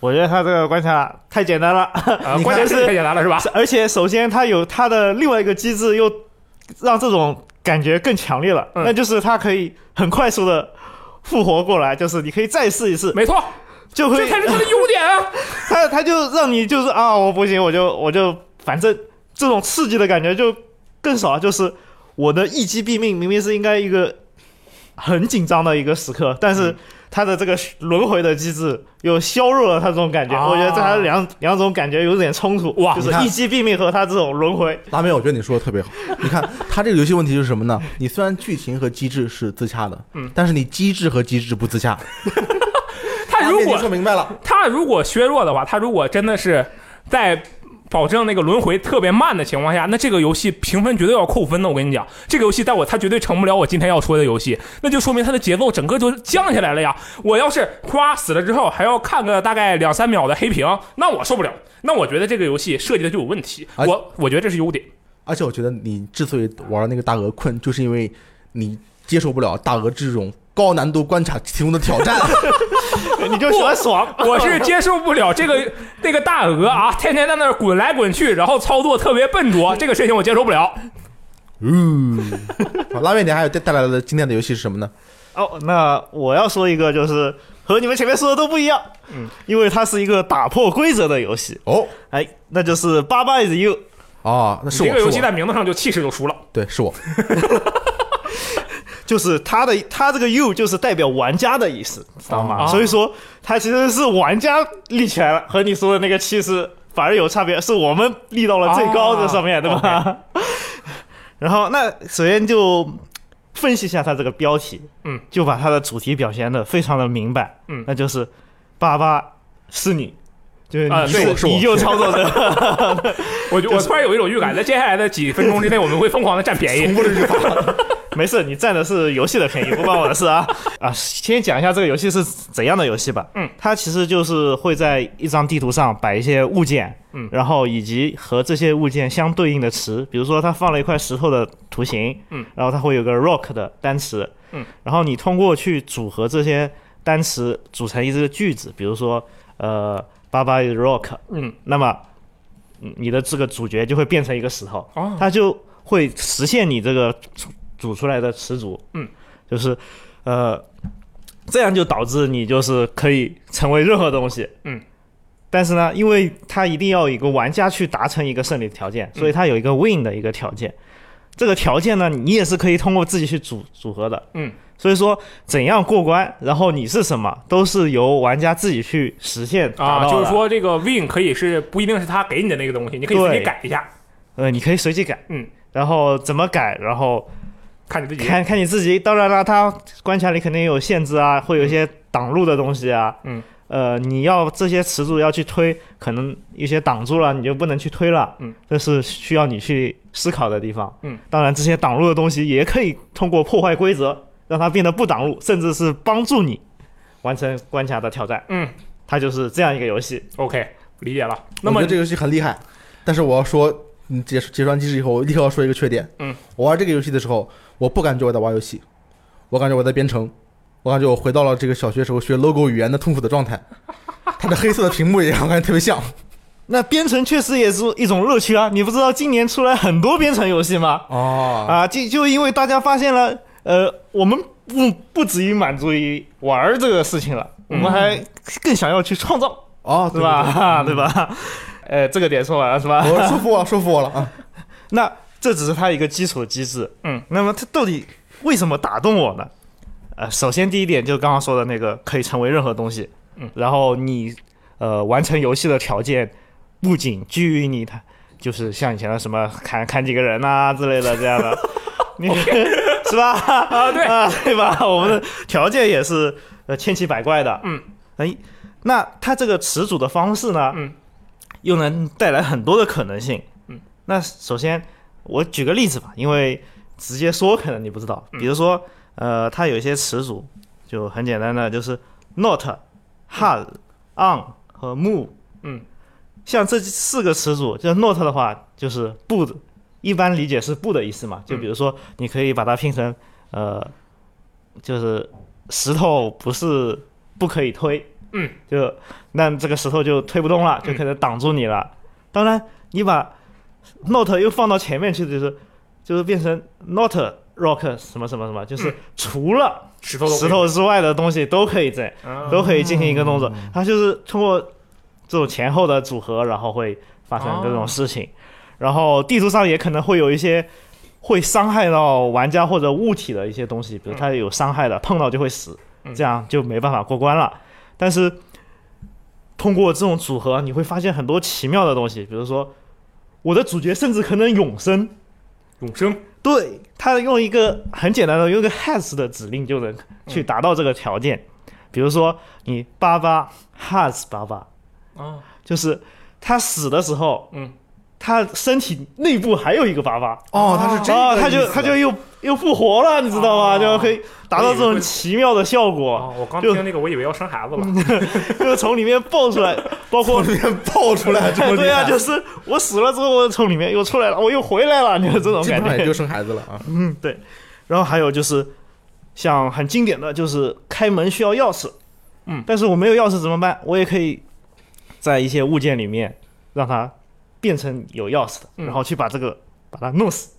我觉得它这个关卡太简单了，呃，你看关键是太简单了是吧？ *laughs* 而且首先它有它的另外一个机制，又让这种感觉更强烈了，嗯那就是它可以很快速的复活过来，就是你可以再试一次。没错，就这会才是它的优 *laughs* 点啊！他他就让你就是啊，我不行，我就我就反正这种刺激的感觉就更少，就是我的一击毙命明明是应该一个很紧张的一个时刻，但是他的这个轮回的机制又削弱了他这种感觉，啊我觉得这他两两种感觉有点冲突，哇就是你看一击毙命和他这种轮回，拉面，我觉得你说的特别好。 *laughs* 你看，它这个游戏问题是什么呢？你虽然剧情和机制是自洽的，嗯，但是你机制和机制不 *laughs* 自洽。它哎如拉面果你说明白了，他如果削弱的话，他如果真的是在保证那个轮回特别慢的情况下，那这个游戏评分绝对要扣分的。我跟你讲，这个游戏在我它绝对成不了我今天要说的游戏，那就说明它的节奏整个就降下来了呀。我要是夸死了之后还要看个大概两三秒的黑屏，那我受不了。那我觉得这个游戏设计的就有问题，而我我觉得这是优点。而且我觉得你之所以玩那个大鹅困，就是因为你接受不了大鹅这种高难度关卡提供的挑 *laughs* 战。你就喜欢爽，我是接受不了这个那个大鹅啊，天天在那儿滚来滚去，然后操作特别笨拙，这个事情我接受不了。嗯，好拉面，你还有带带来的今天的游戏是什么呢？哦，那我要说一个就是和你们前面说的都不一样，嗯，因为它是一个打破规则的游戏，哦哎，那就是《八八 is you》。啊，那是我这个游是戏我在名字上就气势就输了。对，是我就是他的他这个 you 就是代表玩家的意思，知道吗？哦所以说他其实是玩家立起来了，和你说的那个气势反而有差别，是我们立到了最高的上面，哦对吧？ *laughs* 然后那首先就分析一下他这个标题，嗯，就把他的主题表现的非常的明白，嗯那就是爸爸是你。就是啊你是我是我你就操作的，我就我突然有一种预感，在接下来的几分钟之内，我们会疯狂的占便宜。重复这句话。 *laughs* 没事，你占的是游戏的便宜，不关我的 *laughs* 事啊！啊，先讲一下这个游戏是怎样的游戏吧。嗯，它其实就是会在一张地图上摆一些物件，嗯然后以及和这些物件相对应的词，比如说它放了一块石头的图形，嗯，然后它会有个 rock 的单词，嗯，然后你通过去组合这些单词组成一个句子，比如说呃，爸爸 is rock，嗯，那么嗯你的这个主角就会变成一个石头，哦，它就会实现你这个组组出来的词组。嗯，就是呃，这样就导致你就是可以成为任何东西。嗯，但是呢，因为它一定要有一个玩家去达成一个胜利条件，嗯所以它有一个 win 的一个条件。这个条件呢，你也是可以通过自己去组组合的。嗯，所以说怎样过关，然后你是什么，都是由玩家自己去实现达啊，到的。就是说这个 win 可以是不一定是他给你的那个东西，你可以自己对改一下，呃，你可以随机改。嗯，然后怎么改，然后看你自己。看看你自己，当然了，它关卡里肯定有限制啊，会有一些挡路的东西啊。嗯，呃，你要这些词组要去推，可能一些挡住了，你就不能去推了。嗯，这是需要你去思考的地方。嗯，当然，这些挡路的东西也可以通过破坏规则，让它变得不挡路，甚至是帮助你完成关卡的挑战。嗯它就是这样一个游戏。 ，OK，理解了。那那么么这个游戏很厉害，但是我要说，嗯，结束结束完机制以后，我立刻要说一个缺点。嗯，我玩这个游戏的时候，我不感觉我在玩游戏，我感觉我在编程，我感觉我回到了这个小学时候学 logo 语言的痛苦的状态。它的黑色的屏幕也让我感觉特别 *laughs* 像那编程确实也是一种乐趣啊！你不知道今年出来很多编程游戏吗？哦，啊，就就因为大家发现了，呃，我们不不止于满足于玩儿这个事情了，我们还更想要去创造，哦，是对吧？？哈， *laughs* 对吧？呃，这个点说完了是吧对？对我说服我，说服我了 *laughs* 啊！那这只是它一个基础机制，嗯，那么它到底为什么打动我呢？呃，首先第一点就刚刚说的那个可以成为任何东西，嗯，然后你呃完成游戏的条件不仅居于你它，就是像以前的什么砍砍几个人啊之类的这样 *laughs* 的，你是吧？啊， *laughs* 对，啊，对吧？我们的条件也是呃千奇百怪的。嗯，哎，那它这个词组的方式呢，嗯，又能带来很多的可能性。嗯，那首先我举个例子吧，因为直接说可能你不知道，嗯比如说、呃，它有一些词组就很简单的，就是 not、had、on 和 move。嗯，像这四个词组，就是 not 的话，就是不的，一般理解是不的意思嘛。嗯就比如说，你可以把它拼成呃，就是石头不是不可以推，嗯，就那这个石头就推不动了，就可能挡住你了。当然，你把 not 又放到前面去，就是就是变成 not rock 什么什么什么，就是除了石头啊石头之外的东西都可以在，都可以进行一个动作。它就是通过这种前后的组合，然后会发生各哦种事情。然后地图上也可能会有一些会伤害到玩家或者物体的一些东西，比如它有伤害的，碰到就会死，嗯这样就没办法过关了。但是通过这种组合，你会发现很多奇妙的东西，比如说我的主角甚至可能永生。永生，对他用一个很简单的用一个 has 的指令就能去达到这个条件，比如说你八八 has 八八，啊，就是他死的时候，嗯，他身体内部还有一个八八，哦，他是这啊，个，他就他就又又复活了，你知道吗？哦就可以达到这种奇妙的效果，哦，我刚就听那个，我以为要生孩子了，就是从里面爆出来，包括从里面爆出来，这么厉害 *laughs* 对啊，就是我死了之后，我从里面又出来了，我又回来了，就是这种基感本上也觉就。生孩子了啊。嗯，对。然后还有就是，像很经典的就是开门需要钥匙，嗯但是我没有钥匙怎么办？我也可以在一些物件里面让它变成有钥匙的，嗯然后去把这个把它弄死。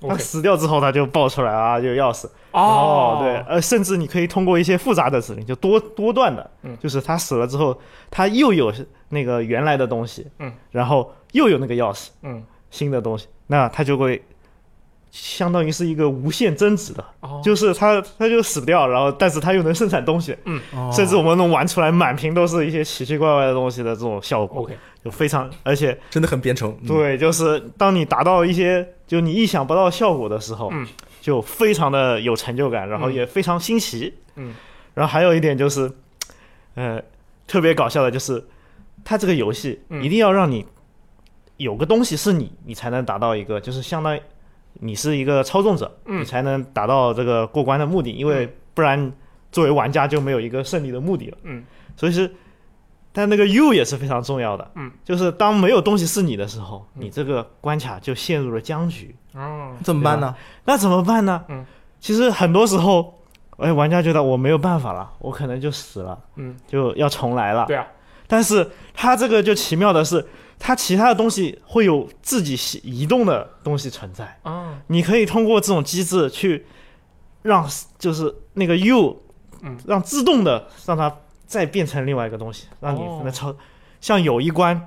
它 OK 死掉之后，它就爆出来啊，就有钥匙。哦，对，，呃，甚至你可以通过一些复杂的指令，就多多段的，嗯就是他死了之后，他又有那个原来的东西，嗯，然后又有那个钥匙，嗯，新的东西，那他就会相当于是一个无限增值的，哦，就是他他就死不掉，然后但是他又能生产东西，哦甚至我们能玩出来满屏都是一些奇奇怪怪的东西的这种效果， OK，就非常，而且真的很编程，嗯，对，就是当你达到一些就你意想不到效果的时候，嗯就非常的有成就感，然后嗯也非常新奇，嗯。然后还有一点就是，呃，特别搞笑的就是，它这个游戏嗯一定要让你有个东西是你，你才能达到一个，就是相当于你是一个操纵者，嗯你才能达到这个过关的目的，因为不然作为玩家就没有一个胜利的目的了。嗯，所以是，但那个 U 也是非常重要的。嗯，就是当没有东西是你的时候，嗯你这个关卡就陷入了僵局。哦，怎么办呢？那怎么办呢？嗯，其实很多时候，哎，玩家觉得我没有办法了，我可能就死了，嗯，就要重来了。对啊，但是它这个就奇妙的是，它其他的东西会有自己移动的东西存在。啊，你可以通过这种机制去让，就是那个 U，嗯让自动的让它再变成另外一个东西，让你哦能超。像有一关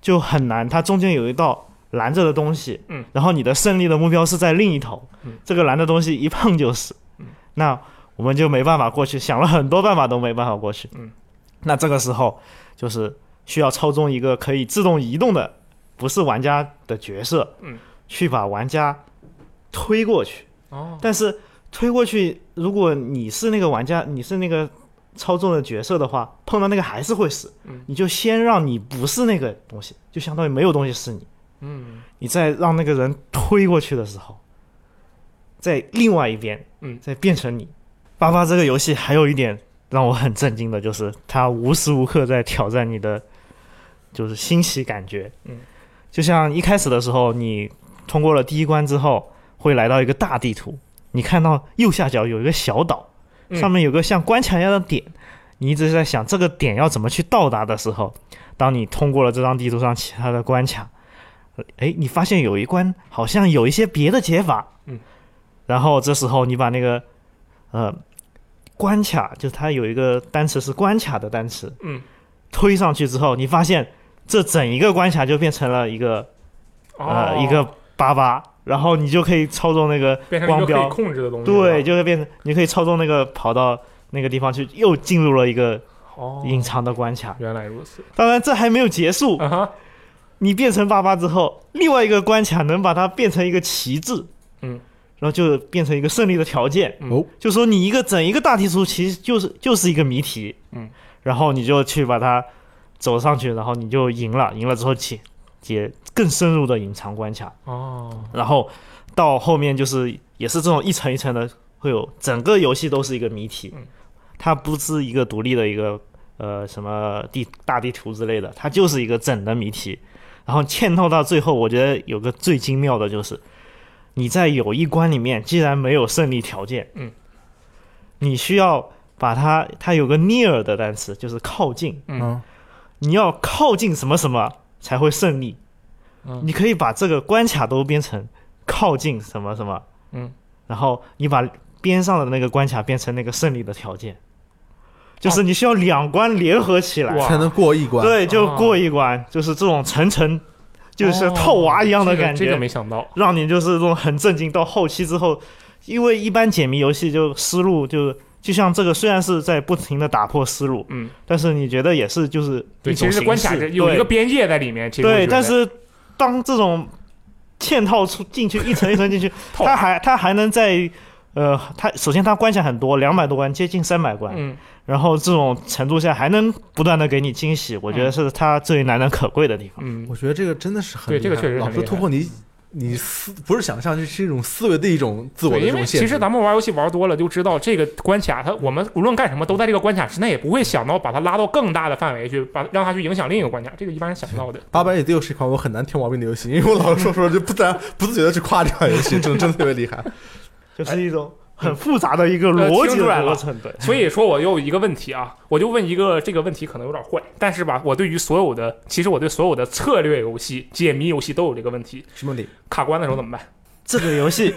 就很难，它中间有一道拦着的东西，嗯，然后你的胜利的目标是在另一头，嗯这个拦的东西一碰就死，嗯那我们就没办法过去，想了很多办法都没办法过去，嗯，那这个时候就是需要操纵一个可以自动移动的，不是玩家的角色，嗯，去把玩家推过去，哦，但是推过去，如果你是那个玩家，你是那个操纵的角色的话，碰到那个还是会死。嗯你就先让你不是那个东西，就相当于没有东西是你，嗯，你再让那个人推过去的时候，在另外一边，嗯再变成你。八八这个游戏还有一点让我很震惊的，就是它无时无刻在挑战你的就是新奇感觉。嗯，就像一开始的时候，你通过了第一关之后，会来到一个大地图，你看到右下角有一个小岛，嗯上面有个像关卡一样的点，你一直在想这个点要怎么去到达的时候，当你通过了这张地图上其他的关卡，哎，你发现有一关好像有一些别的解法，嗯，然后这时候你把那个呃关卡，就是它有一个单词是关卡的单词，嗯，推上去之后，你发现这整一个关卡就变成了一个哦呃，一个八八，然后你就可以操纵那个变成一光个可以标，控制的东西，对，是吧，就会变成你可以操纵那个跑到那个地方去，又进入了一个哦，隐，藏的关卡。原来如此，当然，这还没有结束，啊哈，你变成八八之后，另外一个关卡能把它变成一个旗帜，嗯，然后就变成一个胜利的条件。嗯哦，就说你一个整一个大题图其实就是就是一个谜题，嗯，然后你就去把它走上去，然后你就赢了，赢了之后解解更深入的隐藏关卡。哦，然后到后面就是也是这种一层一层的，会有整个游戏都是一个谜题嗯，它不是一个独立的一个呃什么地大地图之类的，它就是一个整的谜题。然后嵌套到最后，我觉得有个最精妙的就是，你在有一关里面既然没有胜利条件，嗯，你需要把它它有个 near 的单词，就是靠近，嗯，你要靠近什么什么才会胜利。嗯你可以把这个关卡都变成靠近什么什么，嗯，然后你把边上的那个关卡变成那个胜利的条件，就是你需要两关联合起来，哦哇哦才能过一关。对，就过一关，就是这种层层，就是套娃一样的感觉，哦这个这个没想到。让你就是这种很震惊。到后期之后，因为一般解谜游戏就思路就就像这个，虽然是在不停的打破思路，嗯，但是你觉得也是就是对，一种其实关卡形式是有一个对边界在里面。其实我觉对，得但是当这种嵌套出进去一层一层进去， *laughs* 套它还它还能在。呃，它首先它关卡很多，两百多关，接近三百关，嗯，然后这种程度下还能不断的给你惊喜，我觉得是它最难能可贵的地方。嗯，我觉得这个真的是很对这个厉害确实很老厉是害突破你你思不是想象，这是一种思维的一种自我的对，一因为种限其实制。咱们玩游戏玩多了，就知道这个关卡，它我们无论干什么都在这个关卡之内，也不会想到把它拉到更大的范围去，把让它去影响另一个关卡，这个一般人想不到的。八百也又是一款我很难挑毛病的游戏， *laughs* 因为我老是说说就不自然 *laughs* 不自觉的去夸这款游戏，真的真的特别厉害。就是一种很复杂的一个逻辑呃听出来的了过程， *laughs* 对，所以说，我有一个问题啊，我就问一个，这个问题可能有点坏，但是吧，我对于所有的，其实我对所有的策略游戏、解谜游戏都有这个问题， *laughs* 什么你卡关的时候怎么办？这个游 *laughs* 戏，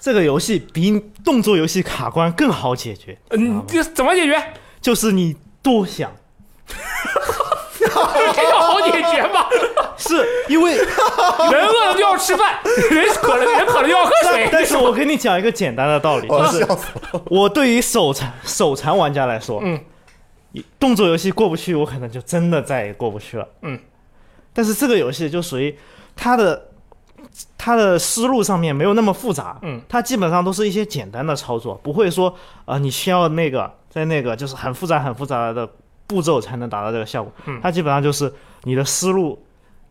这个游戏比动作游戏卡关更好解决，嗯，这怎么解决？就是你多想，这个好解决吗？ *laughs* 是因为，人饿了就要吃饭，人渴了人渴了就要喝水但。 *laughs* 但是我跟你讲一个简单的道 *laughs* 理，哦我就是哦笑死了。我对于手残手残玩家来说，嗯，动作游戏过不去，我可能就真的再也过不去了，嗯，但是这个游戏就属于它的。它的思路上面没有那么复杂，嗯，它基本上都是一些简单的操作，不会说啊、你需要那个在那个就是很复杂很复杂的步骤才能达到这个效果，嗯它基本上就是你的思路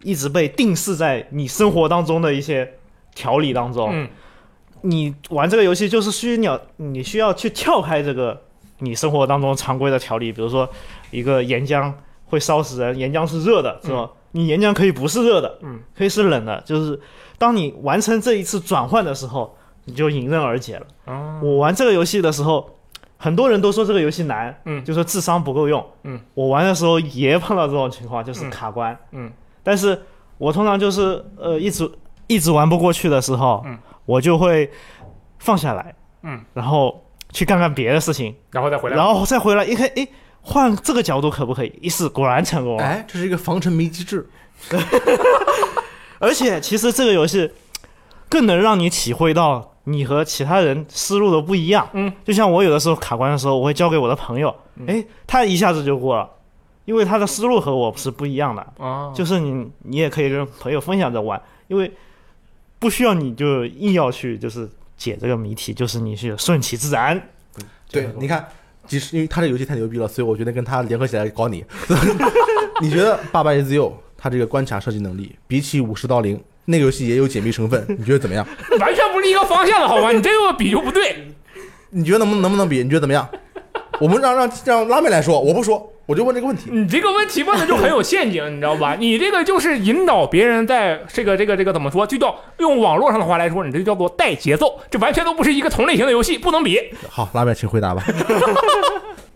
一直被定式在你生活当中的一些条理当中，嗯，你玩这个游戏就是需要你需要去跳开这个你生活当中常规的条例，比如说一个岩浆会烧死人，岩浆是热的，是吧？你岩浆可以不是热的，嗯，可以是冷的，就是当你完成这一次转换的时候，你就迎刃而解了。啊，我玩这个游戏的时候，很多人都说这个游戏难，嗯就说智商不够用，嗯，我玩的时候也碰到这种情况，就是卡关，嗯但是我通常就是呃一直一直玩不过去的时候，嗯我就会放下来，嗯，然后去干干别的事情，然后再回来。然后再回来一看，诶，换这个角度可不可以？一试果然成功了。哎，这是一个防沉迷机制，而且其实这个游戏更能让你体会到你和其他人思路的不一样。嗯，就像我有的时候卡关的时候，我会交给我的朋友，诶，他一下子就过了，因为他的思路和我是不一样的。啊，就是你你也可以跟朋友分享着玩，因为不需要你就硬要去就是解这个谜题，就是你去顺其自然。对，你看，即使因为他这游戏太牛逼了，所以我决定跟他联合起来搞你。 *laughs* 你觉得《爸爸 is you》他这个关卡设计能力，比起《五十到零》那个游戏也有解密成分，你觉得怎么样？完全不是一个方向的好吗？你这个比就不对。你觉得能不能不能比？你觉得怎 *laughs* 么样？我们让让让拉面来说，我不说，我就问这个问题。嗯你嗯这个问题问的就很有陷阱，你知道吧？你这个就是引导别人在这个这个这个怎么说？就叫用网络上的话来说，你这叫做带节奏，这完全都不是一个同类型的游戏，不能比。好，拉面，请回答 *laughs* 吧。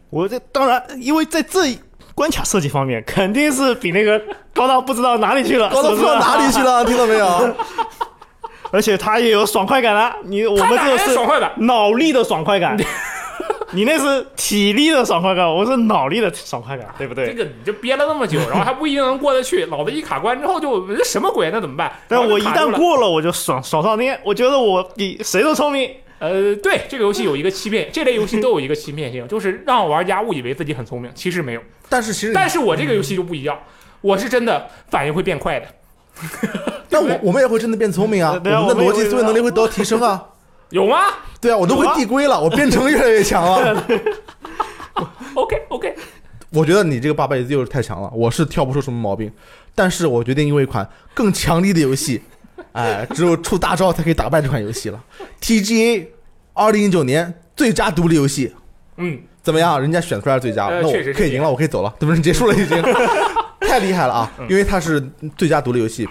我这当然，因为在这一关卡设计方面肯定是比那个高到不知道哪里去了，高到不知道是哪里去 *laughs* 了，听到没有？是而且它也有爽快感啦。你我他们哪这个来的是爽快感？脑力的爽快感，你那是体力的爽快感，我是脑力的爽快感，对不这对？个你就憋了那么久，然后还不一定能过得去，老子一卡关之后就这什么鬼？那怎么办？但然后我一就卡住旦了，过了，我就爽爽上天，我觉得我比谁都聪明。呃，对这个游戏有一个欺骗，这类游戏都有一个欺骗性，就是让玩家误以为自己很聪明，其实没有。嗯但是其实，但是我这个游戏就不一样，我是真的反应会变快的。但我我们也会真的变聪明啊，我对啊们的我们也逻辑会思维能力会得到提升啊。有吗对啊，我都会有啊递归了，我编程越来越强 *laughs* 了。 ？OK OK，我觉得你这个爸爸 is you 太强了，我是挑不出什么毛病。但是我决定因为一款更强力的游 *laughs* 戏，哎，只有出大招才可以打败这款游戏了。TGA 二零一九年最佳独立游戏嗯，怎么样？人家选出来是最佳，呃那确实我是可以赢了，我可以走了，对不对？结束了已 *laughs* 经，太厉害了啊！嗯因为它是最佳独立游戏。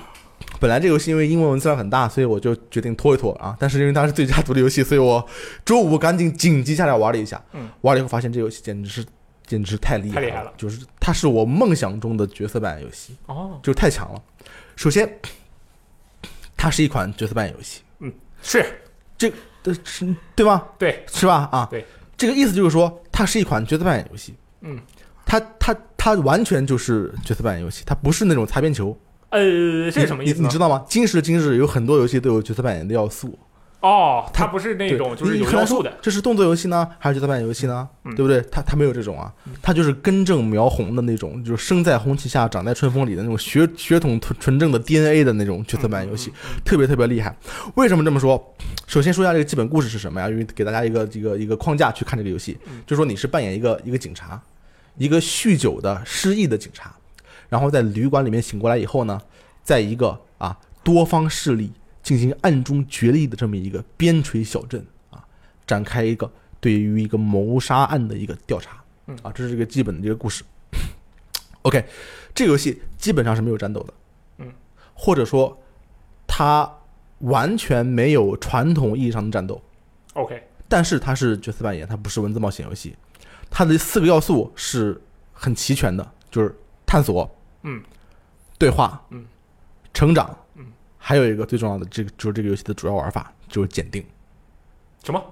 本来这个游戏因为英文文字量很大，所以我就决定拖一拖啊。但是因为它是最佳独立游戏，所以我周五赶紧紧急下来玩了一下。嗯玩了以后发现这游戏简直是简直太厉害太厉害了就是它是我梦想中的角色扮游戏，哦，就是太强了。首先，它是一款角色扮游戏，是对是对吗？对，是吧？啊，对，这个意思就是说，它是一款角色扮演游戏。嗯，它它它完全就是角色扮演游戏，它不是那种擦边球。呃，这是什么意思你？呢你知？道吗？今时今日有很多游戏都有角色扮演的要素，哦，它它不是那对种就是你有很难要素说的，这是动作游戏呢，还是角色扮演游戏呢？嗯对不对？它它没有这种啊，它就是根正苗红的那种，就是生在红旗下，长在春风里的那种血血统纯纯正的 DNA 的那种角色扮演游戏，特别特别厉害。为什么这么说？首先说一下这个基本故事是什么呀？因为给大家一个一个一个框架去看这个游戏，就说你是扮演一个一个警察，一个酗酒的失忆的警察，然后在旅馆里面醒过来以后呢，在一个啊多方势力进行暗中角力的这么一个边陲小镇啊，展开一个对于一个谋杀案的一个调查嗯，啊，这是这个基本的这个故事。OK，这个游戏基本上是没有战斗的，嗯，或者说它完全没有传统意义上的战斗， OK，但是它是角色扮演，它不是文字冒险游戏，它的四个要素是很齐全的，就是探索，嗯，对话，嗯，成长，嗯，还有一个最重要的，这个就是这个游戏的主要玩法就是检定，什么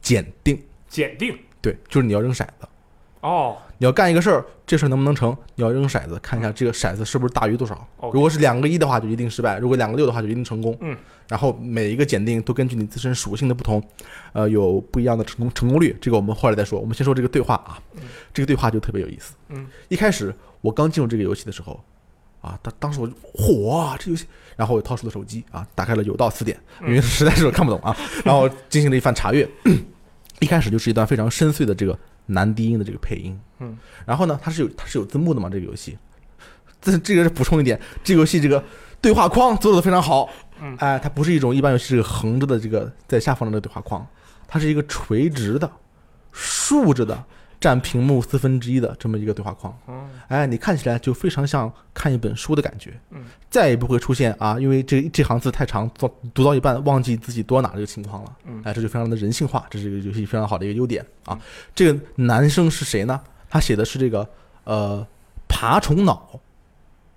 检定，检定？对，就是你要扔骰子，哦你要干一个事儿，这事儿能不能成，你要扔骰子，看一下这个骰子是不是大于多少。 OK 如果是两个一的话，就一定失败；如果两个六的话，就一定成功。嗯，然后每一个检定都根据你自身属性的不同，呃，有不一样的成功成功率。这个我们后来再说。我们先说这个对话啊，这个对话就特别有意思。嗯，一开始我刚进入这个游戏的时候，啊，当当时我就嚯，这游戏，然后我掏出了手机啊，打开了有道词典，嗯因为实在是我看不懂 *laughs* 啊，然后进行了一番查阅。一开始就是一段非常深邃的这个男低音的这个配音，嗯，然后呢，它是有它是有字幕的嘛，这个游戏。这这个是补充一点，这个游戏这个对话框做的非常好，嗯哎，它不是一种一般游戏是横着的这个在下方的这个对话框，它是一个垂直的、竖着的，占屏幕四分之一的这么一个对话框。哦哎，你看起来就非常像看一本书的感觉，嗯，再也不会出现啊，因为这这行字太长，读读到一半忘记自己多拿这个情况了，嗯哎，这就非常的人性化，这是一个游戏非常好的一个优点啊。这个男生是谁呢？他写的是这个呃爬虫脑，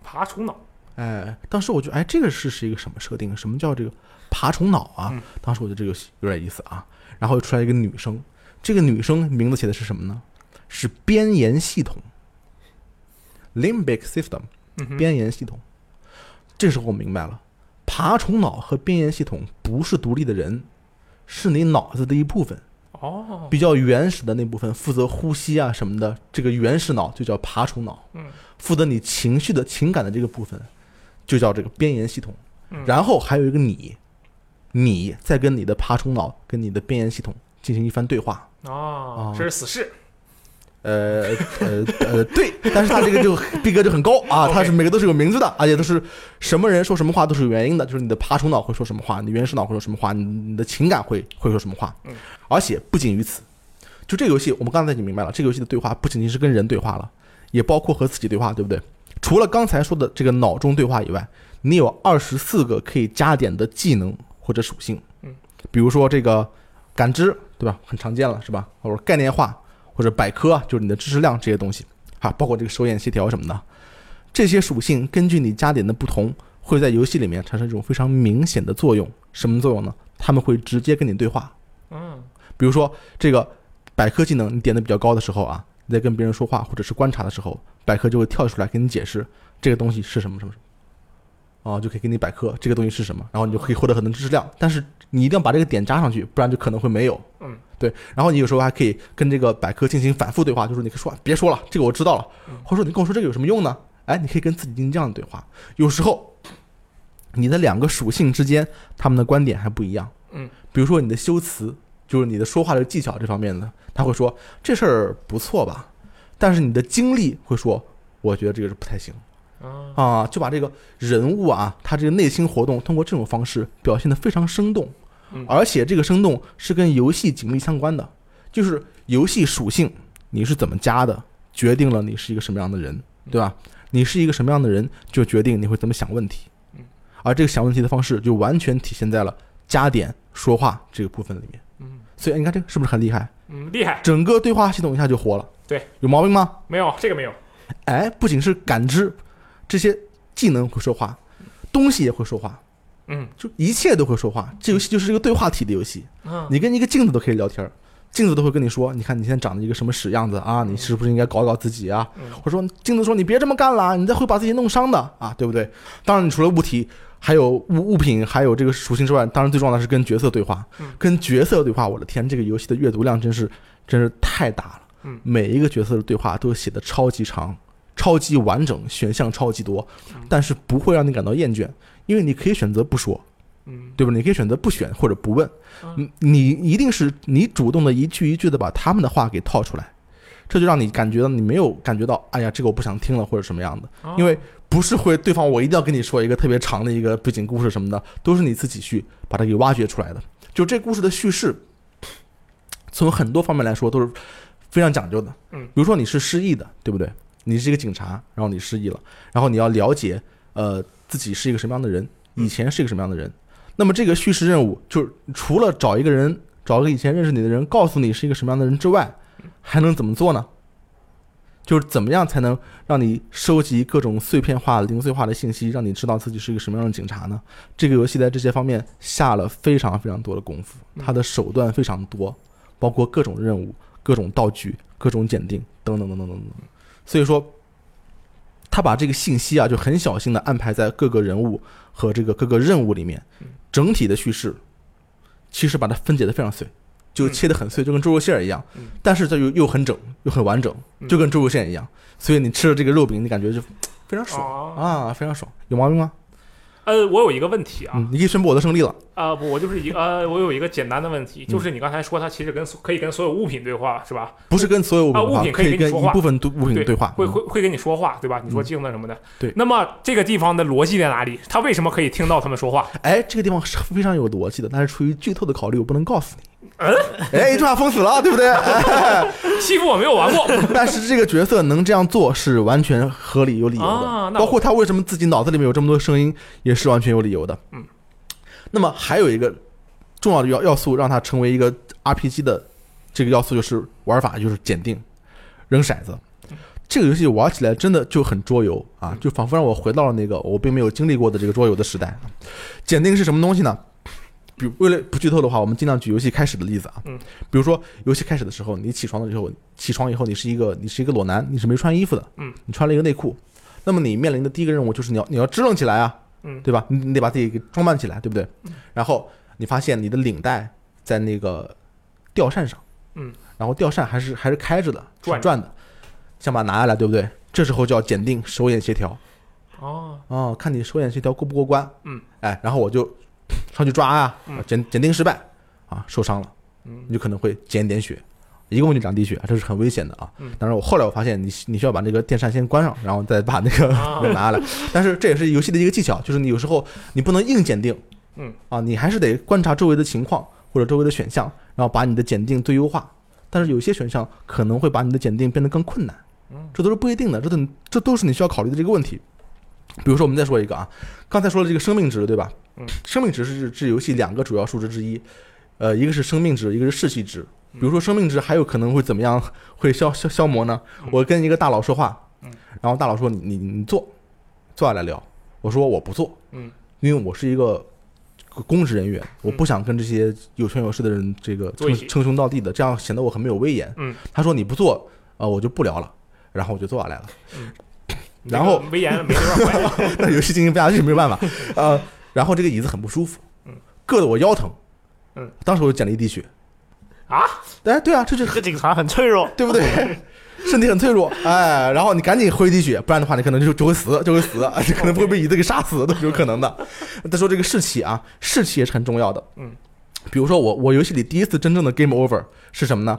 爬虫脑，哎，当时我就哎这个是是一个什么设定？什么叫这个爬虫脑啊？嗯当时我觉得这个游戏有点意思啊。然后又出来一个女生，这个女生名字写的是什么呢？是边沿系统 （limbic system）。嗯哼，边沿系统。这时候我明白了，爬虫脑和边沿系统不是独立的人，是你脑子的一部分，哦，比较原始的那部分负责呼吸啊什么的，这个原始脑就叫爬虫脑。嗯，负责你情绪的情感的这个部分，就叫这个边沿系统嗯。然后还有一个你，你再跟你的爬虫脑跟你的边沿系统进行一番对话。哦哦，这是死士，呃呃呃，对，但是他这个就逼格就很高啊，他是 OK 每个都是有名字的，而且都是什么人说什么话都是有原因的，就是你的爬虫脑会说什么话，你原始脑会说什么话，你你的情感会会说什么话嗯，而且不仅于此，就这个游戏，我们刚才已经明白了，这个游戏的对话不仅仅是跟人对话了，也包括和自己对话，对不对？除了刚才说的这个脑中对话以外，你有二十四个可以加点的技能或者属性，嗯，比如说这个感知，对吧？很常见了，是吧？或者概念化，或者百科，啊就是你的知识量这些东西啊，包括这个手眼协调什么的，这些属性根据你加点的不同，会在游戏里面产生一种非常明显的作用。什么作用呢？他们会直接跟你对话。嗯比如说这个百科技能你点的比较高的时候啊，你在跟别人说话或者是观察的时候，百科就会跳出来给你解释这个东西是什么什么什么。啊，就可以给你百科这个东西是什么，然后你就可以获得很多知识量，但是你一定要把这个点加上去，不然就可能会没有。嗯，对。然后你有时候还可以跟这个百科进行反复对话，就是你可以说别说了，这个我知道了，嗯或者说你跟我说这个有什么用呢？哎，你可以跟自己进行这样的对话。有时候你的两个属性之间，他们的观点还不一样。嗯，比如说你的修辞，就是你的说话的技巧这方面的，他会说这事儿不错吧，但是你的经历会说，我觉得这个是不太行。啊，啊，就把这个人物啊，他这个内心活动通过这种方式表现得非常生动嗯，而且这个生动是跟游戏紧密相关的，就是游戏属性你是怎么加的，决定了你是一个什么样的人，对吧？你是一个什么样的人，就决定你会怎么想问题嗯，而这个想问题的方式就完全体现在了加点说话这个部分里面。嗯所以你看这个是不是很厉害？嗯，厉害，整个对话系统一下就活了。对，有毛病吗？没有这个没有，哎，不仅是感知，这些技能会说话，东西也会说话，嗯，就一切都会说话。这游戏就是一个对话体的游戏，嗯，你跟一个镜子都可以聊天儿，镜子都会跟你说，你看你现在长得一个什么屎样子啊，你是不是应该搞搞自己啊？嗯或者说镜子说你别这么干啦，你再会把自己弄伤的啊，对不对？当然，你除了物体，还有物物品，还有这个属性之外，当然最重要的是跟角色对话嗯，跟角色对话。我的天，这个游戏的阅读量真是真是太大了嗯，每一个角色的对话都写的超级长。超级完整，选项超级多嗯，但是不会让你感到厌倦，因为你可以选择不说，嗯，对吧？你可以选择不选或者不问嗯，嗯你一定是你主动的一句一句的把他们的话给套出来，这就让你感觉到你没有感觉到，哎呀，这个我不想听了或者什么样的，哦因为不是会对方我一定要跟你说一个特别长的一个背景故事什么的，都是你自己去把它给挖掘出来的。就这故事的叙事，从很多方面来说都是非常讲究的。嗯比如说你是失忆的，对不对？你是一个警察，然后你失忆了，然后你要了解呃自己是一个什么样的人，嗯以前是一个什么样的人。那么这个叙事任务就是除了找一个人，找一个以前认识你的人，告诉你是一个什么样的人之外，还能怎么做呢？就是怎么样才能让你收集各种碎片化、零碎化的信息，让你知道自己是一个什么样的警察呢？这个游戏在这些方面下了非常非常多的功夫，嗯它的手段非常多，包括各种任务、各种道具、各种检定等等等等等等。所以说，他把这个信息啊，就很小心的安排在各个人物和这个各个任务里面嗯，整体的叙事其实把它分解的非常碎，就嗯切的很碎，就跟猪肉馅儿一样嗯，但是它又又很整，又很完整，就跟猪肉馅一样。所以你吃了这个肉饼，你感觉就非常爽爽。啊，非常爽。有毛病吗？哦呃，我有一个问题啊，嗯，你可以宣布我的胜利了。啊，不，我就是一个呃，我有一个简单的问题，就是你刚才说它其实跟所可以跟所有物品对话是吧？不是跟所有物啊品对物话，品可可以以跟跟你说一话部分物物品对对话，会嗯会会跟你说话对吧？你说镜子什么的，对那么这个地方的逻辑在哪里？他为什么可以听到他们说话？哎，这个地方是非常有逻辑的，但是出于剧透的考虑，我不能告诉你。嗯，哎，一句话封死了，对不哎对？欺负我没有玩过， *laughs* *laughs* 但是这个角色能这样做是完全合理有理由的，啊那我包括他为什么自己脑子里面有这么多声音也是完全有理由的。嗯，那么还有一个重要的要要素，让它成为一个 RPG 的这个要素就是玩法，就是检定、扔骰子。这个游戏玩起来真的就很桌游啊，嗯就仿佛让我回到了那个我并没有经历过的这个桌游的时代。检定是什么东西呢？比如为了不剧透的话，我们尽量举游戏开始的例子啊。嗯，比如说游戏开始的时候，你起床了之后，起床以后你是一个你是一个裸男，你是没穿衣服的，嗯，你穿了一个内裤，那么你面临的第一个任务就是你要你要支棱起来啊，嗯对吧？你你得把自己给装扮起来，对不对？然后你发现你的领带在那个吊扇上，嗯，然后吊扇还是还是开着的，转是转的，想把它拿下来，对不对？这时候就要检定手眼协调，哦，哦，看你手眼协调过不过关。嗯，哎，然后我就上去抓啊嗯，检检定失败啊，受伤了，嗯你就可能会减一点血，一共就两滴血，这是很危险的啊嗯。当然，我后来我发现你你需要把那个电扇先关上，然后再把那个 *laughs* 啊拿下来。但是这也是游戏的一个技巧，就是你有时候你不能硬检定，嗯啊，你还是得观察周围的情况或者周围的选项，然后把你的检定最优化。但是有些选项可能会把你的检定变得更困难嗯，这都是不一定的，这都这都是你需要考虑的这个问题。比如说，我们再说一个啊，刚才说了这个生命值，对吧？嗯，生命值是这游戏两个主要数值之一，呃，一个是生命值，一个是士气值。嗯比如说生命值还有可能会怎么样，会消消消磨呢嗯？我跟一个大佬说话嗯，然后大佬说你你你坐，坐下来聊。我说我不坐，嗯，因为我是一个公职人员，我嗯不想跟这些有权有势的人这个坐一称起称兄道弟的，这样显得我很没有威严。嗯，他说你不坐，呃，我就不聊了，然后我就坐下来了。然后这个威严没地方管， *laughs* 那游戏进行不下去没有办法，呃，然后这个椅子很不舒服嗯，硌得我腰疼，嗯，当时我就捡了一滴血，啊，哎，对啊，这就这警察很脆弱，对不 *laughs* 对？身体很脆弱，哎，然后你赶紧喝一滴血，不然的话你可能就就会死，就会死，你可能会被椅子给杀死都是有可能的。再说这个士气啊，士气也是很重要的。嗯，比如说我我游戏里第一次真正的 game over 是什么呢？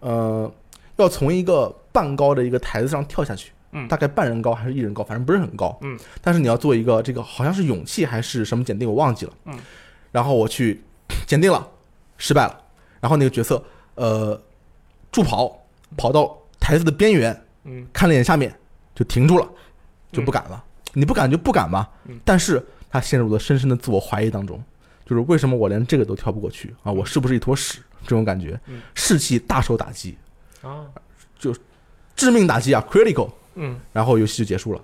呃，要从一个半高的一个台子上跳下去，嗯大概半人高还是一人高，反正不是很高，嗯，但是你要做一个这个好像是勇气还是什么检定，我忘记了，嗯，然后我去 *coughs* 检定了，失败了，然后那个角色呃助跑跑到台子的边缘，嗯看了一眼下面，就停住了，就不敢了。你不敢就不敢吧嗯。但是他陷入了深深的自我怀疑当中，就是为什么我连这个都跳不过去啊？我是不是一坨屎？这种感觉嗯，士气大受打击， *laughs* 啊，致命打击啊，critical。嗯， *laughs* 然后游戏就结束了。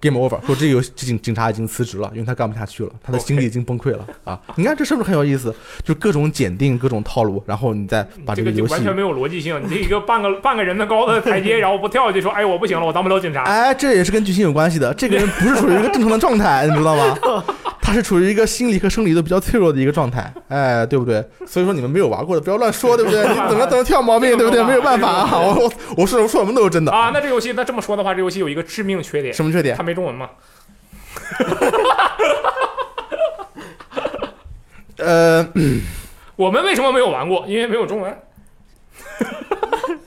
game over，说这个游戏警警察已经辞职了，因为他干不下去了，他的经济已经崩溃了啊！你看这是不是很有意思？就各种检定、各种套路，然后你再把这个就游戏完全没有逻辑性。你这一个半个半个人的高的 *laughs* 台阶，然后不跳下去说，哎，我不行了，我当不了警察。哎，这也是跟剧情有关系的。这个人不是处于一个正常的状态， *laughs* 你知道吗？他是处于一个心理和生理都比较脆弱的一个状态，哎，对不对？所以说你们没有玩过的，不要乱说，对不对？你怎么怎么挑毛病，对不对？没有办法啊！我我我说我说我们都是真的啊，那这游戏，那这么说的话，这游戏有一个致命缺点，什么缺点它？没中文嘛？呃，我们为什么没有玩过？因为没有中文。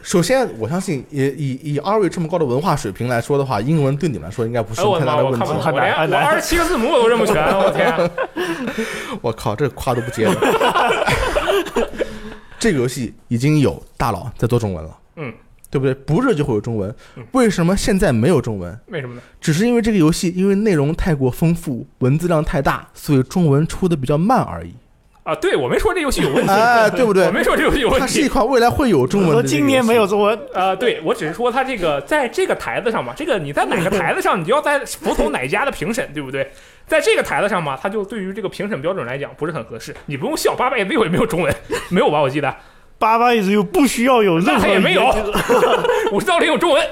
首先我相信以以以二位这么高的文化水平来说的话，英文对你们来说应该不是哎，我太的大妈！的我问看题不。懂，很我难连很我难二十七个字母我都 *laughs* 认不全，我天！我靠，这夸都不接了。 *laughs* 这个游戏已经有大佬在做中文了，嗯，对不对？不是就会有中文嗯，为什么现在没有中文？为什么呢？只是因为这个游戏因为内容太过丰富，文字量太大，所以中文出的比较慢 *laughs* 而已。啊，对我没说这游戏有问题，哎，对不我对？没说这游戏有问它是一题。款未来会有中文的我这说个游戏。今年没有中文，呃，对我只是说它这个在这个台子上嘛，这个你在哪个台子上，你就要在服从哪家的评审，对不对？在这个台子上嘛，它就对于这个评审标准来讲不是很合适。你不用笑，八百也没有也没有中文， *laughs* 没有吧？我记得八八一直又不需要有任那何它也没有语言， *laughs* 五十道里有中文，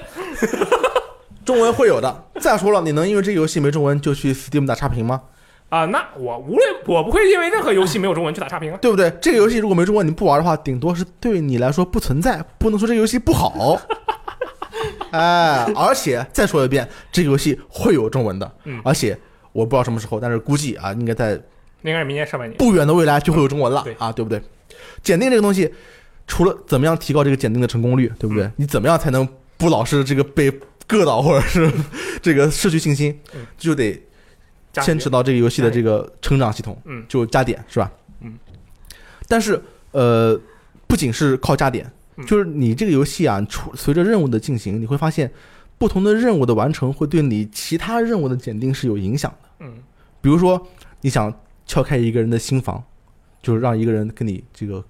中文会有的。再说了，你能因为这个游戏没中文就去 Steam 打差评吗？啊，那我无论我不会因为任何游戏没有中文去打差评啊。对不对？这个游戏如果没中文你不玩的话，顶多是对你来说不存在，不能说这个游戏不 *laughs* 好。哎，而且再说一遍，这个游戏会有中文的，嗯而且我不知道什么时候，但是估计啊，应该在那应该是明年上半年。不远的未来就会有中文了、对啊，对不对？检定这个东西，除了怎么样提高这个检定的成功率，对不对？嗯你怎么样才能不老是这个被硌倒，或者是这个失去信心嗯，就得加牵扯到这个游戏的这个成长系统，嗯就加点是吧？嗯，但是呃，不仅是靠加点，嗯就是你这个游戏啊，除随着任务的进行，你会发现不同的任务的完成会对你其他任务的检定是有影响的。嗯比如说，你想撬开一个人的心房，就是让一个人跟你这个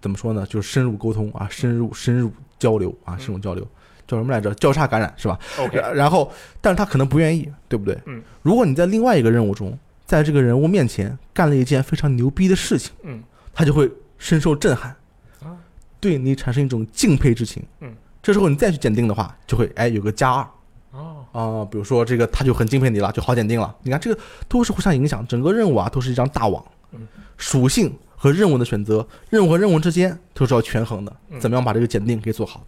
怎么说呢，就是深入沟通啊，深入深入交流啊，嗯深入交流。叫什么来着？交叉感染是吧？*laughs*，OK，然然后，但是他可能不愿意，对不对？嗯。如果你在另外一个任务中，在这个人物面前干了一件非常牛逼的事情，嗯，他就会深受震撼，啊，对你产生一种敬佩之情。嗯。这时候你再去检定的话，就会哎有个加二哦，啊、比如说这个他就很敬佩你了，就好检定了。你看这个都是互相影响，整个任务啊都是一张大网嗯，属性和任务的选择，任务和任务之间都是要权衡的，嗯怎么样把这个检定给做好。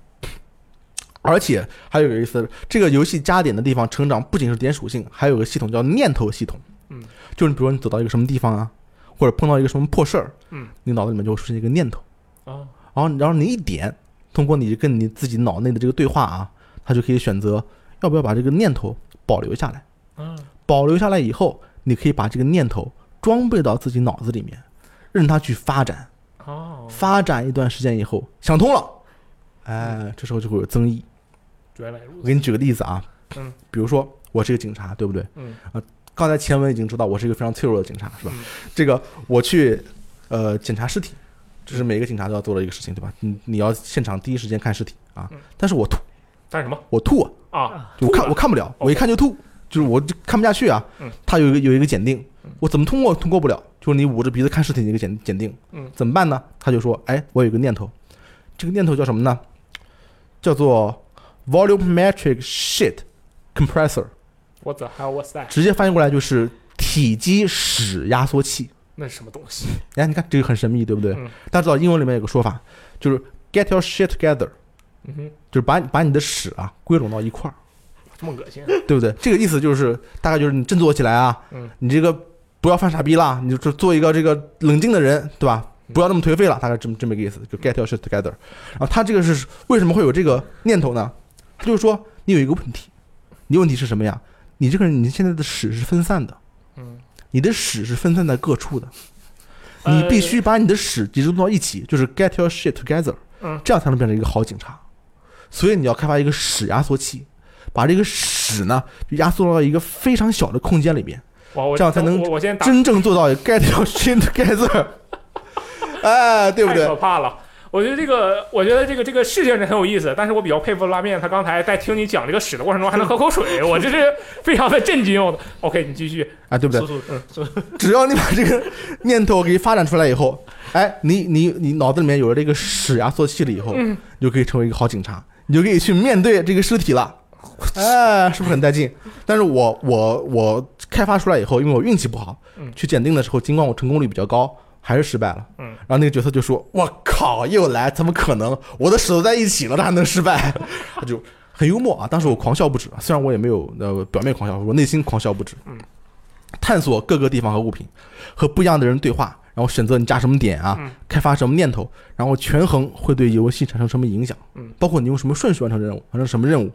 而且还有一个意思，这个游戏加点的地方成长不仅是点属性，还有个系统叫念头系统。嗯，就是比如说你走到一个什么地方啊，或者碰到一个什么破事儿，嗯，你脑子里面就会出现一个念头，哦，然后然后你一点，通过你跟你自己脑内的这个对话啊，它就可以选择要不要把这个念头保留下来。嗯，保留下来以后，你可以把这个念头装备到自己脑子里面，任它去发展。哦，发展一段时间以后，想通了，嗯哎，这时候就会有争议。原来如我此。给你举个例子啊，嗯，比如说我是个警察，对不对？啊嗯，刚才前文已经知道我是一个非常脆弱的警察，是吧？嗯这个我去呃检查尸体，这是每个警察都要做的一个事情，对吧？你你要现场第一时间看尸体啊，嗯但是我吐，干什么我吐啊，啊？就我看吐哦我看不了，我一看就吐，就是我就看不下去啊。嗯他有一个有一个检定，我怎么通过通过不了？就是你捂着鼻子看尸体那个检检定，嗯怎么办呢？他就说，哎，我有一个念头，这个念头叫什么呢？叫做 volumetric shit compressor，我操，How was that？直接翻译过来就是体积室压缩器。那是什么东西？哎，你看这个很神秘，对不对？嗯大家知道英文里面有个说法，就是 get your shit together，嗯哼，就是把把你的屎啊归拢到一块儿。这么恶心。啊对不对？这个意思就是，大概就是你振作起来啊，嗯你这个不要犯傻逼啦，你就做一个这个冷静的人，对吧？嗯不要那么颓废了，大概这么这么一个意思，就 get your shit together。然后他这个是为什么会有这个念头呢？他就是说你有一个问题，你问题是什么呀？你这个人你现在的屎是分散的，嗯，你的屎是分散在各处的，呃你必须把你的屎集中到一起，就是 get your shit together，嗯这样才能变成一个好警察。所以你要开发一个屎压缩器，把这个屎呢压缩到一个非常小的空间里面，我我这样才能我我先打， *laughs* 真正做到 get your shit together。哎，对不太对可？怕了。我觉得这个，我觉得这个这个事情是很有意思，但是我比较佩服拉面，他刚才在听你讲这个屎的过程中还能喝 *laughs* 口水，我这是非常的震惊。我 OK，你继续。啊，对不对叔？叔，嗯，叔叔只要你把这个念头给发展出来以后，哎，你你你脑子里面有了这个屎压缩器了以后，嗯你就可以成为一个好警察，你就可以去面对这个尸体了。哎，是不是很带劲？但是我我我开发出来以后，因为我运气不好嗯，去鉴定的时候，尽管我成功率比较高，还是失败了。嗯然后那个角色就说：“我靠，又来，怎么可能？我的屎都在一起了，这还能失败？” *laughs* 他就很幽默啊，当时我狂笑不止，虽然我也没有呃表面狂笑，我内心狂笑不止。嗯，探索各个地方和物品，和不一样的人对话，然后选择你加什么点啊，嗯开发什么念头，然后权衡会对游戏产生什么影响，嗯，包括你用什么顺序完成任务，完成什么任务，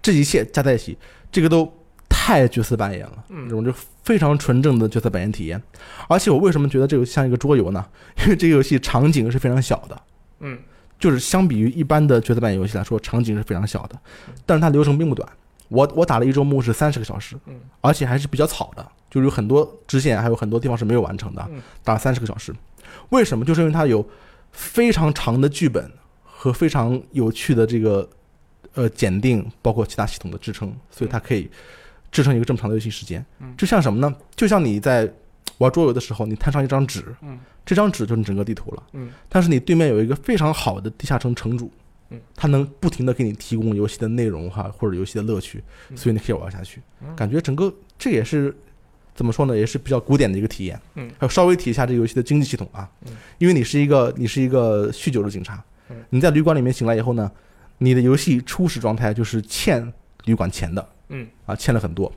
这一切加在一起，这个都太角色扮演了，嗯这种就非常纯正的角色扮演体验。而且我为什么觉得这个像一个桌游呢？ *laughs* 因为这个游戏场景是非常小的，嗯就是相比于一般的角色扮演游戏来说，场景是非常小的，但是它流程并不短。我我打了一周目是三十个小时，嗯而且还是比较草的，就是有很多支线，还有很多地方是没有完成的嗯，打了三十个小时。为什么？就是因为它有非常长的剧本和非常有趣的这个呃检定，包括其他系统的支撑，所以它可以支撑一个这么长的游戏时间嗯。就像什么呢？就像你在玩桌游的时候，你摊上一张纸，嗯这张纸就是你整个地图了。嗯但是你对面有一个非常好的地下城城主嗯，他能不停的给你提供游戏的内容哈，或者游戏的乐趣，嗯所以你可以玩下去嗯。感觉整个这也是怎么说呢，也是比较古典的一个体验。嗯还有稍微提一下这个游戏的经济系统啊嗯，因为你是一个你是一个酗酒的警察嗯，你在旅馆里面醒来以后呢，你的游戏初始状态就是欠旅馆钱的，嗯啊，欠了很多。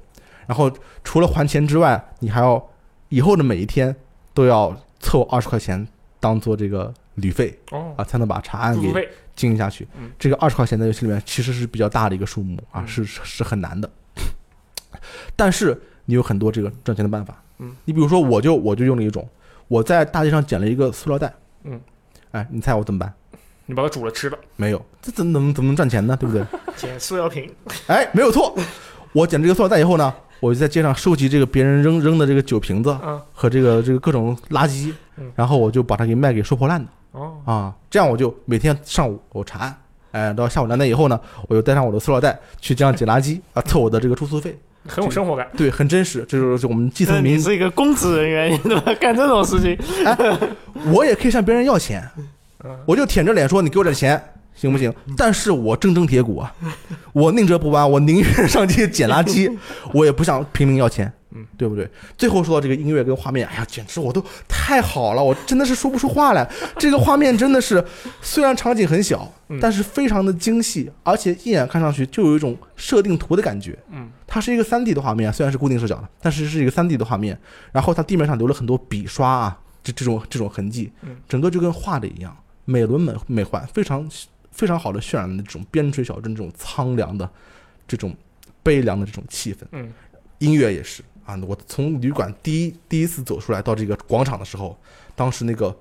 然后除了还钱之外，你还要以后的每一天都要凑二十块钱当做这个旅费，哦，啊，才能把查案住宿给费经营下去嗯。这个二十块钱在游戏里面其实是比较大的一个数目啊，嗯是是是很难的。但是你有很多这个赚钱的办法嗯。你比如说，我就我就用了一种，我在大街上捡了一个塑料袋。嗯，哎，你猜我怎么办？你把它煮了吃了。没有，这怎么能怎么能赚钱呢？对不 *laughs* 对？捡塑料瓶，哎，没有错。我捡这个塑料袋以后呢，我就在街上收集这个别人扔扔的这个酒瓶子啊和这个这个各种垃圾嗯，然后我就把它给卖给收破烂的。哦啊，这样我就每天上午我查案，哎，到下午两点以后呢，我就带上我的塑料袋去街上捡垃圾啊，凑我的这个住宿费。很有生活感。对，很真实，这就是我们基那层你民。是一个公职人员，你怎么干这种事情？我也可以向别人要钱，嗯我就舔着脸说你给我点钱行不行？但是我铮铮铁骨 *laughs* 啊，我宁折不弯，我宁愿上街捡垃圾，我也不向平民要钱嗯，对不对？最后说到这个音乐跟画面，哎呀，简直我都太好了，我真的是说不出话 *laughs* 来。这个画面真的是，虽然场景很小嗯，但是非常的精细，而且一眼看上去就有一种设定图的感觉。嗯它是一个3 D 的画面，虽然是固定视角的，但是是一个3 D 的画面。然后它地面上留了很多笔刷啊，这这种这种痕迹嗯，整个就跟画的一样，美轮美美奂，非常非常好的渲染的这种边陲小镇这种苍凉的、这种悲凉的这种气氛。嗯音乐也是啊，我从旅馆第一第一次走出来到这个广场的时候，当时那个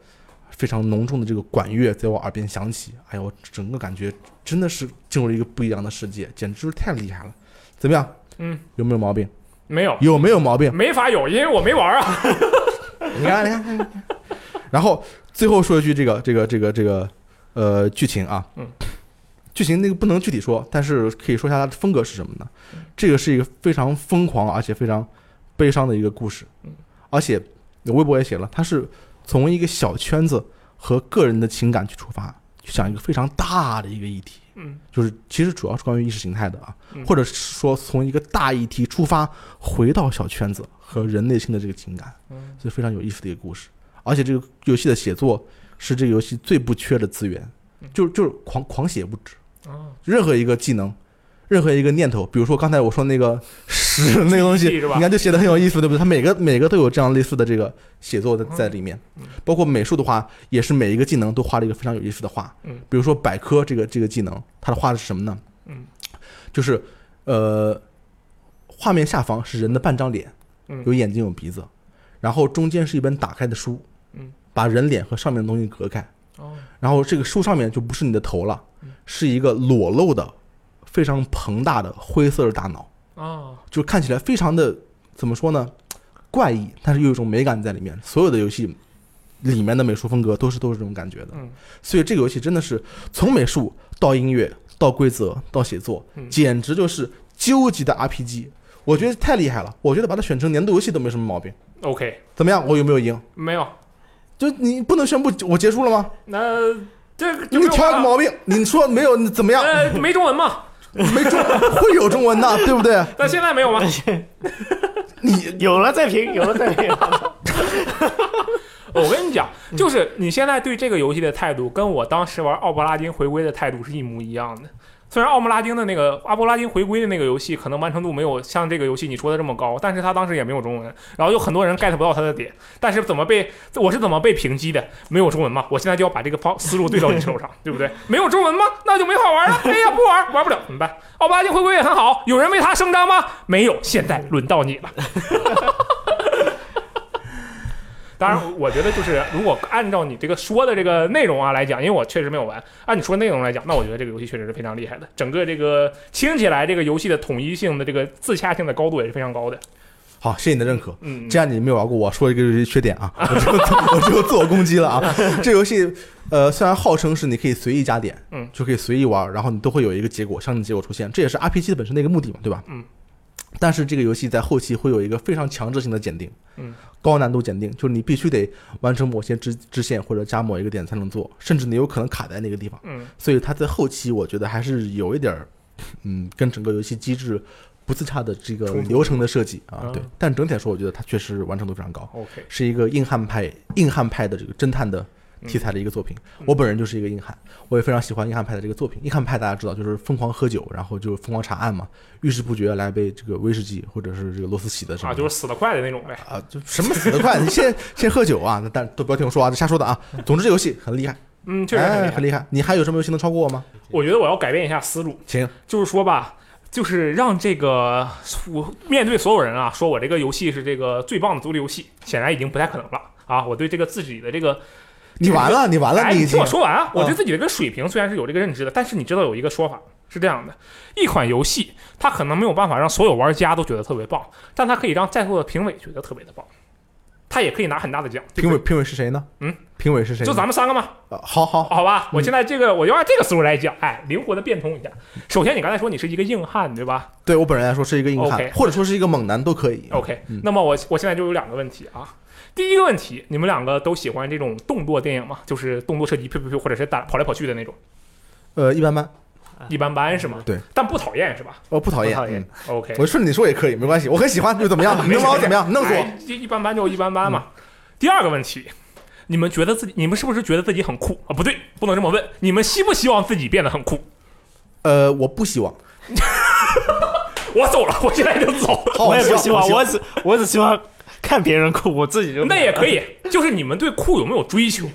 非常浓重的这个管乐在我耳边响起，哎呦，整个感觉真的是进入了一个不一样的世界，简直太厉害了！怎么样？嗯，有没有毛病？没有，有没有毛病？没法有，因为我没玩啊。你看，你看，你看。 *laughs* 然后最后说一句这个这个这个这个呃剧情啊，嗯，剧情那个不能具体说，但是可以说一下它的风格是什么呢？这个是一个非常疯狂而且非常悲伤的一个故事嗯，而且我微博也写了，它是从一个小圈子和个人的情感去出发，去讲一个非常大的一个议题。嗯就是其实主要是关于意识形态的啊，嗯或者是说从一个大议题出发，回到小圈子和人内心的这个情感，嗯所以非常有意思的一个故事。而且这个游戏的写作是这个游戏最不缺的资源嗯，就就是狂狂写不止，哦，任何一个技能，任何一个念头，比如说刚才我说那 *laughs* 个屎那个东西，记忆是吧你看就写的很有意思，对不对？它每个每个都有这样类似的这个写作的嗯在里面嗯，包括美术的话，也是每一个技能都画了一个非常有意思的画嗯，比如说百科这个这个技能，它的画的是什么呢？嗯，就是呃，画面下方是人的半张脸，嗯有眼睛有鼻子，然后中间是一本打开的书，嗯，把人脸和上面的东西隔开，哦，嗯然后这个书上面就不是你的头了，是一个裸露的、非常庞大的灰色的大脑，哦，就看起来非常的怎么说呢，怪异，但是又有一种美感在里面。所有的游戏里面的美术风格都是都是这种感觉的。嗯所以这个游戏真的是从美术到音乐到规则到写作，嗯简直就是究极的 RPG。我觉得太厉害了，我觉得把它选成年度游戏都没什么毛病。 ，OK，怎么样？我有没有赢？没有，就你不能宣布我结束了吗？那这个就啊你没有挑一个办法毛病，你说没有你怎么样？呃，没中文嘛？没中会有中文 *laughs* 的，对不对？但现在没有吗？你有了再评，有了再 *laughs* 评。哦 *laughs* 我跟你讲，就是你现在对这个游戏的态度，跟我当时玩奥伯拉丁回归的态度是一模一样的。虽然奥伯拉丁的那个阿波拉丁回归的那个游戏，可能完成度没有像这个游戏你说的这么高，但是他当时也没有中文，然后有很多人 get 不到他的点，但是怎么被我是怎么被平击的？没有中文嘛，我现在就要把这个方思路对到你手上， *laughs* 对不对？没有中文吗？那就没法玩了。哎呀，不玩，玩不了，怎么办？奥伯拉丁回归也很好，有人为他声张吗？没有，现在轮到你了。当然，我觉得就是如果按照你这个说的这个内容啊来讲，因为我确实没有玩，啊按你说内容来讲，那我觉得这个游戏确实是非常厉害的。整个这个听起来，这个游戏的统一性的这个自洽性的高度也是非常高的。好，谢谢你的认可。嗯，这样你没有玩过，我说一个游戏缺点啊，我只有 *laughs* 我只有自我攻击了啊。这游戏呃，虽然号称是你可以随意加点，嗯就可以随意玩，然后你都会有一个结果相应结果出现，这也是 RPG 本身的一个目的嘛，对吧？嗯。但是这个游戏在后期会有一个非常强制性的检定，嗯，高难度检定，就是你必须得完成某些支支线或者加某一个点才能做，甚至你有可能卡在那个地方。嗯所以它在后期我觉得还是有一点儿，嗯，跟整个游戏机制不自洽的这个冲突流程的设计啊嗯，对。但整体来说，我觉得它确实完成度非常高， ，OK，是一个硬汉派硬汉派的这个侦探的题材的一个作品。嗯我本人就是一个硬汉，我也非常喜欢硬汉派的这个作品。硬汉派大家知道就是疯狂喝酒，然后就疯狂查案嘛，遇事不决来杯这个威士忌或者是这个罗斯喜的什么啊，的就是死得快的那种呗。啊，就什么死得快，你 *laughs* 先先喝酒啊，那但都不要听我说啊，这瞎说的啊。总之这游戏很厉害，嗯，确实很厉哎，害 *laughs* 很。厉害。你还有什么游戏能超过我吗？我觉得我要改变一下思路，请。就是说吧，就是让这个我面对所有人啊，说我这个游戏是这个最棒的独立游戏，显然已经不太可能了啊。我对这个自己的这个你完了，你完了，哎，你已你听经我说完啊！我嗯对自己的这个水平虽然是有这个认知的，但是你知道有一个说法是这样的：一款游戏它可能没有办法让所有玩家都觉得特别棒，但它可以让在座的评委觉得特别的棒，它也可以拿很大的奖。评委评委是谁呢？嗯，评委是谁呢？就咱们三个嘛，呃好好，好吧，我现在这个我就按这个思路来讲，哎，灵活的变通一下。首先，你刚才说你是一个硬汉，对吧？对我本人来说是一个硬汉 OK，哦或者说是一个猛男都可以。 OK，嗯那么我我现在就有两个问题啊。第一个问题，你们两个都喜欢这种动作电影吗？就是动作射击，噗噗噗，或者是打跑来跑去的那种，呃，一般般，一般般是吗？对，但不讨厌是吧我不讨厌。不讨厌嗯？OK，我顺着你说也可以，没关系，我很喜欢，又怎么样？ *laughs* 你能把我怎么样？弄死我！嗯哎一一般般就一般般嘛。第二个问题，你们觉得自己，你们是不是觉得自己很酷啊？不对，不能这么问。你们希不希望自己变得很酷？呃，我不希望，我走了，我 *laughs* 现在就走。好哦我也不希望，我我只我只希望看别人哭，我自己就那也 *laughs* 可以，就是你们对酷有没有追求？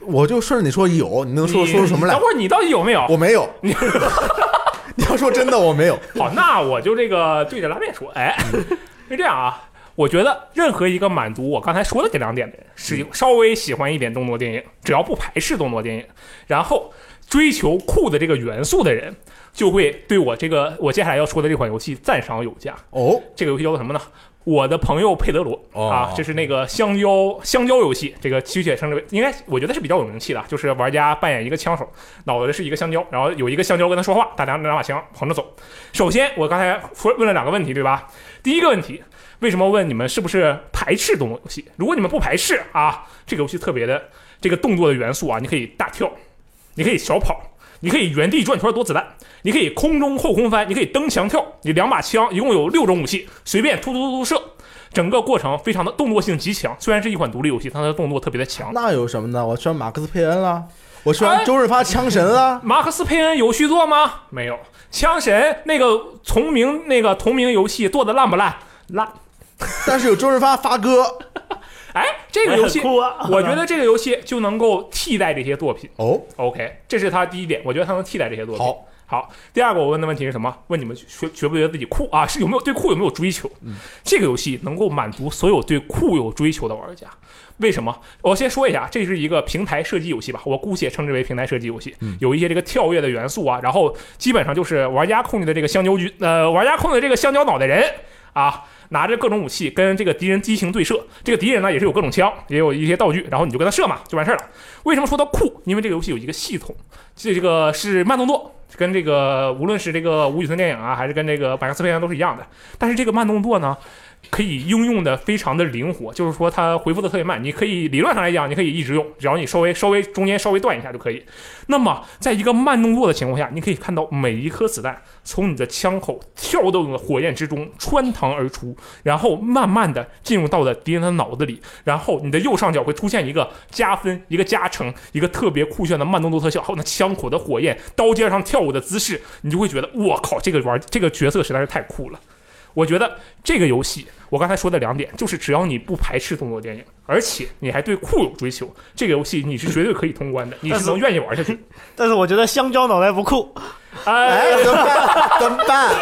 我就顺着你说有，你能说你说出什么来等？会儿你到底有没有？我 *laughs* 没有。 *laughs* 你要说真的，我没有。 *laughs* 好，那我就这个对着拉面说，哎， *laughs* 是这样啊。我觉得任何一个满足我刚才说的这两点的人，是稍微喜欢一点动作电影，只要不排斥动作电影，然后追求酷的这个元素的人，就会对我这个我接下来要说的这款游戏赞赏有加。哦，这个游戏叫做什么呢？我的朋友佩德罗、哦啊，这是那个香蕉香蕉游戏，这个曲雪称之为应该我觉得是比较有名气的啊，就是玩家扮演一个枪手，脑袋是一个香蕉，然后有一个香蕉跟他说话，打两两把枪横着走。首先，我刚才说问了两个问题，对吧？第一个问题，为什么问你们是不是排斥动作游戏？如果你们不排斥啊，这个游戏特别的这个动作的元素啊，你可以大跳，你可以小跑，你可以原地转圈躲子弹，你可以空中后空翻，你可以蹬墙跳，你两把枪，一共有六种武器，随便突突突突射。整个过程非常的动作性极强，虽然是一款独立游戏，但它的动作特别的强。那有什么呢？我喜欢马克思佩恩啦，我喜欢哎周润发枪神啦。马克思佩恩有续作吗？没有。枪神那个同名那个同名游戏做的烂不烂？烂。哎但是有周润发发哥哎，这个游戏，哭啊！我觉得这个游戏就能够替代这些作品。哦， OK，这是它第一点，我觉得它能替代这些作品。好，好，第二个我问的问题是什么？问你们觉觉不觉得自己酷啊？是有没有对酷有没有追求？这个游戏能够满足所有对酷有追求的玩家。为什么？我先说一下，这是一个平台射击游戏吧，我姑且称之为平台射击游戏，有一些这个跳跃的元素啊，然后基本上就是玩家控制的这个香蕉军，呃，玩家控制的这个香蕉脑袋人。啊，拿着各种武器跟这个敌人激情对射。这个敌人呢也是有各种枪，也有一些道具，然后你就跟他射嘛，就完事儿了。为什么说它酷？因为这个游戏有一个系统，这这个是慢动作，跟这个无论是这个吴宇森电影啊，还是跟这个马克思佩恩都是一样的。但是这个慢动作呢，可以应用的非常的灵活，就是说它回复的特别慢，你可以理论上来讲，你可以一直用，只要你稍微稍微中间稍微断一下就可以。那么在一个慢动作的情况下，你可以看到每一颗子弹从你的枪口跳动的火焰之中穿膛而出，然后慢慢的进入到了敌人的脑子里，然后你的右上角会出现一个加分、一个加成、一个特别酷炫的慢动作特效，还有那枪口的火焰、刀尖上跳舞的姿势，你就会觉得我靠，这个玩这个角色实在是太酷了。我觉得这个游戏，我刚才说的两点，就是只要你不排斥动作电影，而且你还对酷有追求，这个游戏你是绝对可以通关的，你但是是能愿意玩下去。 *laughs* 但是我觉得香蕉脑袋不酷，哎，哎，怎么办？怎么办？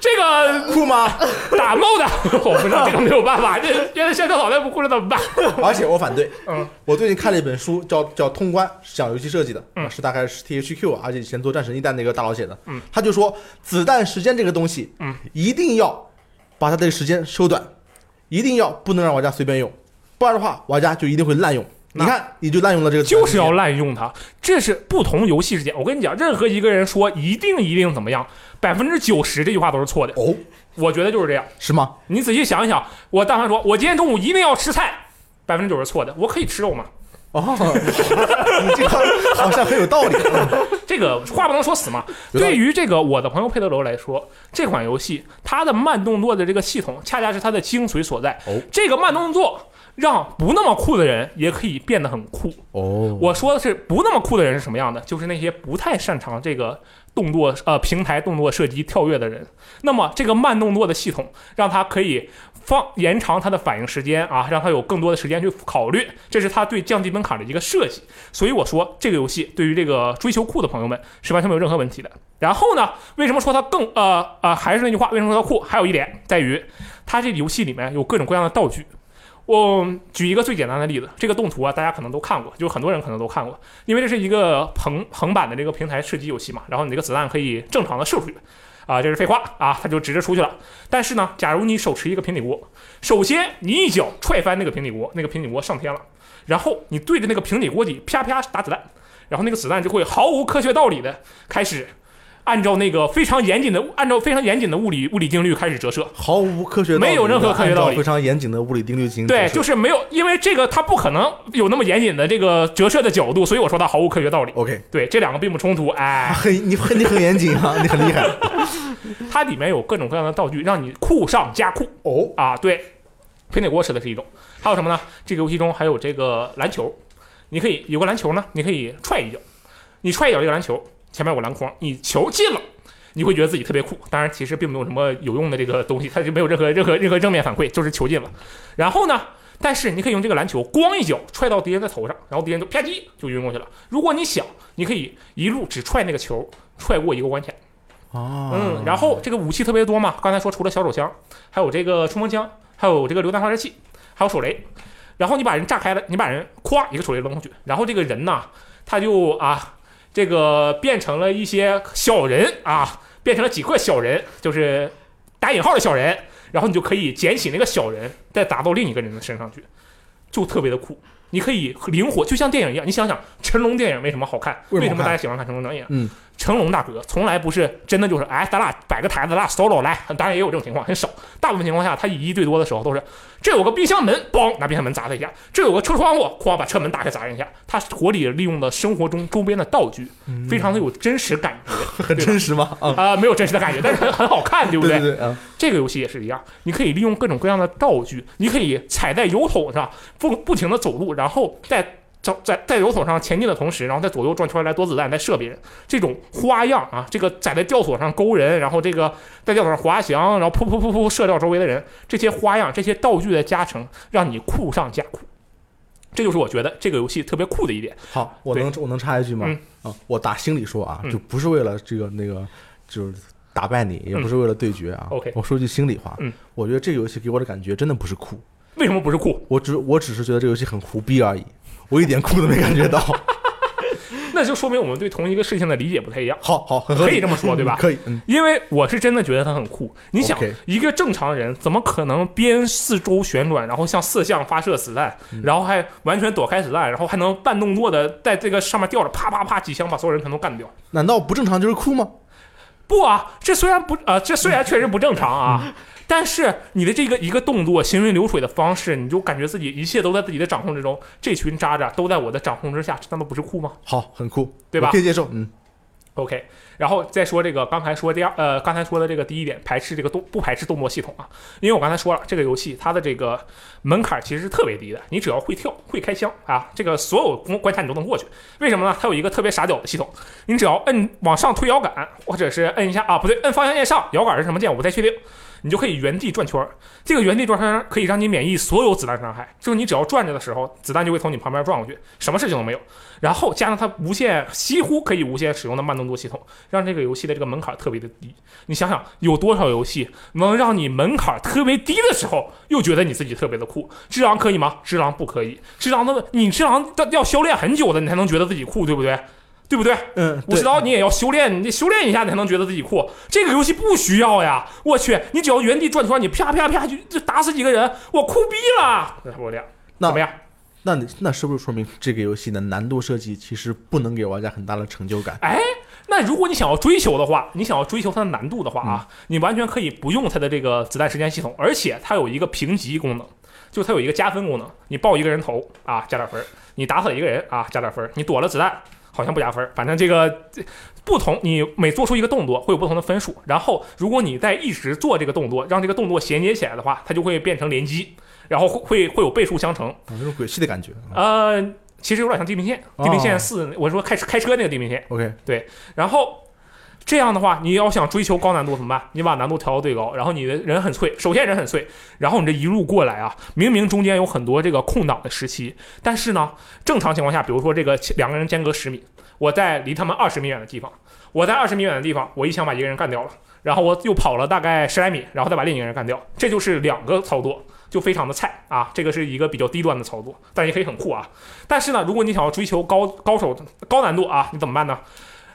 这个酷吗？打冒的，我不知道这个没有办法，这觉得现在脑袋不酷了怎么办？ *laughs* 而且我反对，嗯，我最近看了一本书，叫叫《通关》，是讲游戏设计的，嗯、是大概是 THQ，而且啊以前做《战神一代》那个大佬写的，嗯，他就说子弹时间这个东西，嗯，一定要把它的时间收短，一定要不能让玩家随便用，不然的话玩家就一定会滥用。你那看，你就滥用了这个子弹就时是间，要滥用它，这是不同游戏之间。我跟你讲，任何一个人说一定一定怎么样，百分之九十这句话都是错的。哦，我觉得就是这样。是吗？你仔细想一想，我但凡说我今天中午一定要吃菜，百分之九十错的，我可以吃肉吗？哦， *laughs* 你这个好像很有道理。这个话不能说死嘛。有道理 *laughs* 对于这个我的朋友佩德罗来说，这款游戏它的慢动作的这个系统，恰恰是它的精髓所在。哦这个慢动作让不那么酷的人也可以变得很酷。哦，我说的是不那么酷的人是什么样的？就是那些不太擅长这个动作呃平台动作射击跳跃的人。那么这个慢动作的系统让他可以放延长他的反应时间啊，让他有更多的时间去考虑，这是他对降低门槛的一个设计。所以我说这个游戏对于这个追求酷的朋友们是完全没有任何问题的。然后呢，为什么说它更呃呃还是那句话，为什么说它酷？还有一点在于它这个游戏里面有各种各样的道具。我举一个最简单的例子，这个动图啊，大家可能都看过，就很多人可能都看过，因为这是一个横横版的这个平台射击游戏嘛，然后你这个子弹可以正常的射出去，啊，这是废话啊，它就直着出去了。但是呢，假如你手持一个平底锅，首先你一脚踹翻那个平底锅，那个平底锅上天了，然后你对着那个平底锅底啪啪打子弹，然后那个子弹就会毫无科学道理的开始按照那个非常严谨的按照非常严谨的物理物理定律开始折射，毫无科学道理，没有任何科学道理按照非常严谨的物理定律进行对，解释嗯就是没有，因为这个它不可能有那么严谨的这个折射的角度，所以我说它毫无科学道理。 OK，啊对，这两个并不冲突。哎，很你很你很严谨啊，你很厉害它里面有各种各样的道具，让你酷上加酷哦。啊。对，平底锅吃的是一种，还有什么呢？这个游戏中还有这个篮球，你可以有个篮球呢，你可以踹一脚，你踹一脚这个篮球，前面有个篮筐，你球进了。你会觉得自己特别酷，当然其实并没有什么有用的这个东西，它就没有任何任何任何正面反馈，就是球进了。然后呢，但是你可以用这个篮球咣一脚踹到敌人的头上，然后敌人就啪叽就晕过去了。如果你想，你可以一路只踹那个球，踹过一个关卡。哦，嗯，然后这个武器特别多嘛，刚才说除了小手枪，还有这个冲锋枪，还有这个榴弹发射器，还有手雷。然后你把人炸开了，你把人咵一个手雷扔出去，然后这个人呐，他就啊，这个变成了一些小人啊，变成了几个小人，就是打引号的小人。然后你就可以捡起那个小人，再打到另一个人的身上去，就特别的酷。你可以灵活，就像电影一样。你想想，成龙电影为什么好看？为什么好看为什么大家喜欢看成龙电影？嗯，成龙大哥从来不是真的就是，哎，咱俩摆个台子，咱俩骚扰来。当然也有这种情况，很少。大部分情况下，他以一对多的时候都是，这有个冰箱门，梆拿冰箱门砸他一下；这有个车窗户，哐把车门打开砸人一下。他活里利用了生活中周边的道具，非常的有真实感觉很真实吗？啊，啊、没有真实的感觉，但是很很好看，对不对对，啊，这个游戏也是一样，你可以利用各种各样的道具，你可以踩在油桶上，不不停的走路，然后在走在在油桶上前进的同时，然后在左右转圈来躲子弹，再射别人。这种花样啊，这个踩在吊索上勾人，然后这个在吊索上滑翔，然后噗噗噗噗射掉周围的人，这些花样，这些道具的加成，让你酷上加酷。这就是我觉得这个游戏特别酷的一点。好，我对能我能插一句吗嗯？啊，我打心里说啊，嗯就不是为了这个那个，就是打败你，也不是为了对决啊。嗯 OK 我说句心里话嗯，我觉得这个游戏给我的感觉真的不是酷，为什么不是酷？ *laughs* 我只我只是觉得这个游戏很胡逼而已，我一点酷都没感觉到。那那就说明我们对同一个事情的理解不太一样，好好，很合可以理，这么说，对吧？可以，嗯，因为我是真的觉得它很酷。你想 OK，一个正常人怎么可能边四周旋转，然后向四向发射子弹，然后还完全躲开子弹，然后还能半动作的在这个上面吊着，啪啪啪几枪把所有人全都干掉？难道不正常就是酷吗？不啊，这虽然不啊、这虽然确实不正常啊，但是你的这个一个动作、行云流水的方式，你就感觉自己一切都在自己的掌控之中。这群渣渣都在我的掌控之下，这难道不是酷吗好，很酷，对吧我可以接受，嗯， ？OK，然后再说这个刚才说第二呃，刚才说的这个第一点，排斥这个动不排斥动作系统啊，因为我刚才说了，这个游戏它的这个门槛其实是特别低的，你只要会跳、会开枪啊，这个所有关关卡你都能过去。为什么呢？它有一个特别傻屌的系统，你只要摁往上推摇杆，或者是摁一下啊，不对，摁方向键上，摇杆是什么键我不太确定，你就可以原地转圈儿。这个原地转圈儿可以让你免疫所有子弹伤害，就是你只要转着的时候，子弹就会从你旁边转过去，什么事情都没有。然后加上它无限几乎可以无限使用的慢动作系统，让这个游戏的这个门槛特别的低。你想想，有多少游戏能让你门槛特别低的时候，又觉得你自己特别的酷？只狼可以吗？只狼不可以，只狼的你只狼要要修炼很久的，你才能觉得自己酷，对不对？对不对？嗯武士刀你也要修炼，你得修炼一下你才能觉得自己酷。这个游戏不需要呀，我去，你只要原地转圈，你啪啪啪就就打死几个人，我酷毙了，那不这样，嗯那怎么样？那你那是不是说明这个游戏的难度设计其实不能给玩家很大的成就感？哎，那如果你想要追求的话，你想要追求它的难度的话啊，你完全可以不用它的这个子弹时间系统，而且它有一个评级功能，就它有一个加分功能，你爆一个人头啊加点分儿，你打死了一个人啊加点分儿，你躲了子弹好像不加分儿，反正这个。这不同，你每做出一个动作会有不同的分数。然后，如果你在一直做这个动作，让这个动作衔接起来的话，它就会变成联机，然后会会会有倍数相乘。有啊种鬼泣的感觉。啊呃，其实有点像地平线，地平哦线四，我说开车开车那个地平线， OK，然后这样的话，你要想追求高难度怎么办？你把难度调到最高，然后你的人很脆，首先人很脆，然后你这一路过来啊，明明中间有很多这个空档的时期，但是呢，正常情况下，比如说这个两个人间隔十米，我在离他们二十米远的地方，我在二十米远的地方，我一枪把一个人干掉了，然后我又跑了大概十来米，然后再把另一个人干掉，这就是两个操作。就非常的菜啊，这个是一个比较低端的操作，但也可以很酷啊。但是呢，如果你想要追求高高手高难度啊，你怎么办呢？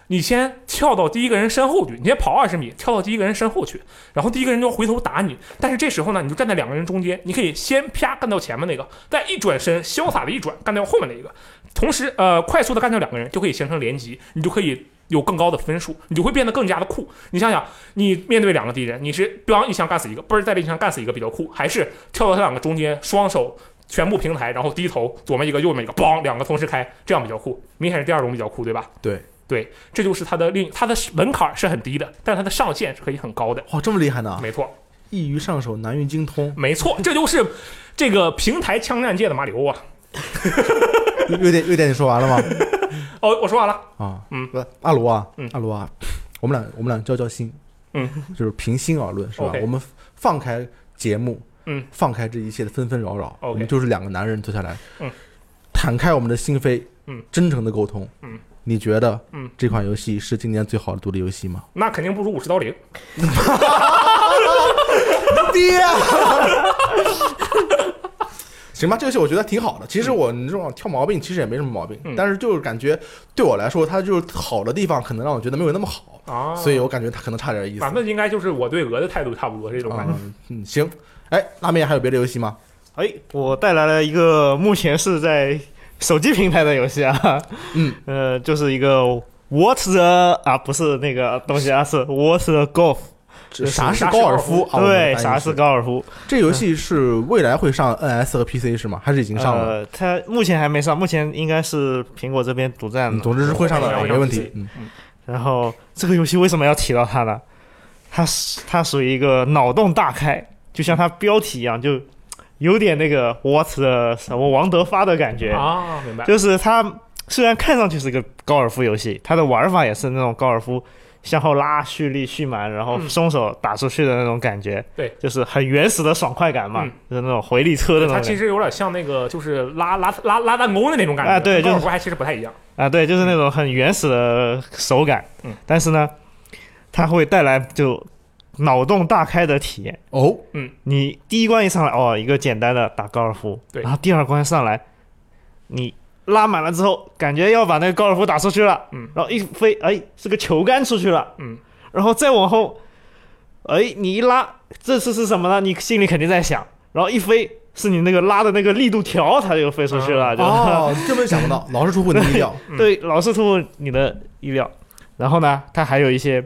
你先跳到第一个人身后去，你先跑二十米，跳到第一个人身后去，然后第一个人就回头打你。但是这时候呢，你就站在两个人中间，你可以先啪干掉前面那个，再一转身，潇洒的一转干掉后面那一个，同时呃快速的干掉两个人，就可以形成连击，你就可以。有更高的分数，你就会变得更加的酷。你想想，你面对两个敌人，你是咣一枪干死一个，嘣儿再一枪干死一个比较酷，还是跳到他两个中间，双手全部平抬，然后低头左面一个右面一个，梆两个同时开，这样比较酷。明显是第二种比较酷，对吧？对，对，这就是它的另它的门槛是很低的，但是它的上限是可以很高的。哇，这么厉害呢！没错，易于上手，难于精通，没错，这就是这个平台枪战界的马里奥啊！有有点有点你说完了吗？哦，我说完了，啊，嗯不，阿罗啊嗯，阿罗啊，我们俩我们俩交交心，嗯， *laughs* 就是平心而论，是吧 OK？我们放开节目，嗯，放开这一切的纷纷扰扰，我 OK 们就是两个男人坐下来，嗯，敞开我们的心扉，嗯，真诚的沟通，嗯，你觉得，嗯，这款游戏是今年最好的独立游戏吗？那肯定不如五十刀零。爹、 *laughs* 行吧，这游戏我觉得挺好的。其实我你这种挑毛病，其实也没什么毛病，嗯但是就是感觉对我来说，它就是好的地方，可能让我觉得没有那么好，啊，所以我感觉它可能差点意思啊，。那应该就是我对鹅的态度差不多是这种感觉。啊，嗯，行。哎，拉面还有别的游戏吗？哎，我带来了一个目前是在手机平台的游戏啊，嗯， *laughs* 呃，就是一个 What's the 啊，不是那个东西啊，是 What's the Golf，这是啥是啥是高高尔尔夫夫啊？我们翻对，译啥是是？高尔夫？这游戏是未来会上 NS 和 PC 是吗？还是已经上了？呃，它目前还没上，目前应该是苹果这边独占嗯的。总之是会上的，我没也要问自题己。嗯，然后这个游戏为什么要提到它呢？它是它属于一个脑洞大开，就像它标题一样，就有点那个 What's the 什么王德发的感觉啊，明白。就是它虽然看上去是个高尔夫游戏，它的玩法也是那种高尔夫向后拉、蓄力、蓄满，然后嗯松手打出去的那种感觉。对，就是很原始的爽快感嘛，嗯就是那种回力车的那种它感其觉。实有点像那个，就是拉拉拉拉弹弓的那种感觉啊对跟高就是尔夫还其实不太一样。啊，对，就是那种很原始的手感。嗯，但是呢，它会带来就脑洞大开的体验。哦，你第一关一上来，哦，一个简单的打高尔夫，对然后第二关上来，你拉满了之后，感觉要把那个高尔夫打出去了，嗯，然后一飞，哎，是个球杆出去了，嗯，然后再往后，哎，你一拉，这次是什么呢？你心里肯定在想，然后一飞是你那个拉的那个力度条，它就飞出去啊了，就、哦，根本想不到，老是出乎你的意料。嗯对，老是出乎你的意料。然后呢，它还有一些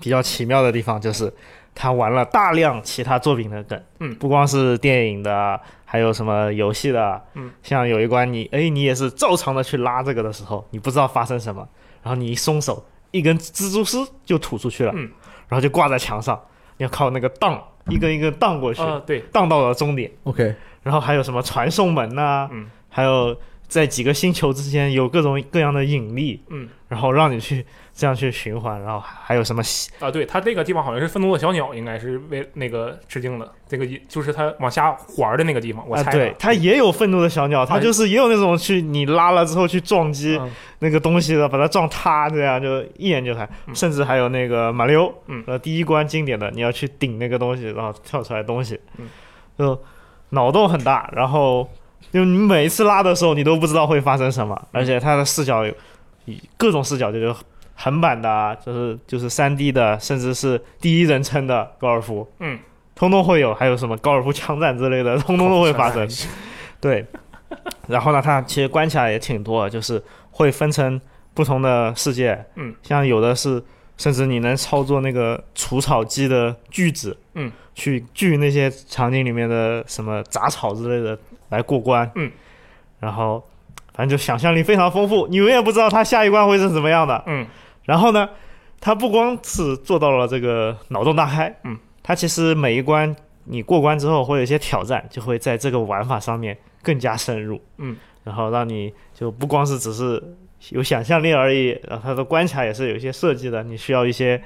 比较奇妙的地方，就是它玩了大量其他作品的梗，嗯不光是电影的，还有什么游戏的，嗯，像有一关你，哎，你也是照常的去拉这个的时候，你不知道发生什么，然后你一松手，一根蜘蛛丝就吐出去了，嗯，然后就挂在墙上，你要靠那个荡一根一根荡过去，啊，对，荡到了终点。 OK，然后还有什么传送门呐、嗯，还有在几个星球之间有各种各样的引力，嗯，然后让你去这样去循环，然后还有什么吸啊，对，它这个地方好像是愤怒的小鸟，应该是为那个致敬的，这个就是它往下滑的那个地方，我啊，猜的、对，它也有愤怒的小鸟，它就是也有那种去你拉了之后去撞击嗯那个东西的，把它撞塌，这样就一眼就看，嗯甚至还有那个马里奥，嗯然后第一关经典的你要去顶那个东西，然后跳出来东西，嗯，就脑洞很大，然后就你每一次拉的时候你都不知道会发生什么，嗯而且它的视角有以各种视角，就是横版的啊，就是就是三 D 的，甚至是第一人称的高尔夫，嗯，通通会有，还有什么高尔夫枪战之类 *laughs* 的，通通都会发生。对，然后呢，它其实关卡也挺多的，就是会分成不同的世界，嗯，像有的是甚至你能操作那个除草机的锯子，嗯，去锯那些场景里面的什么杂草之类的来过关，嗯，然后反正就想象力非常丰富，你永远不知道它下一关会是怎么样的，嗯，然后呢，它不光是做到了这个脑洞大开，嗯，它其实每一关你过关之后会有一些挑战，就会在这个玩法上面更加深入，嗯，然后让你就不光是只是有想象力而已，然后它的关卡也是有一些设计的，你需要一些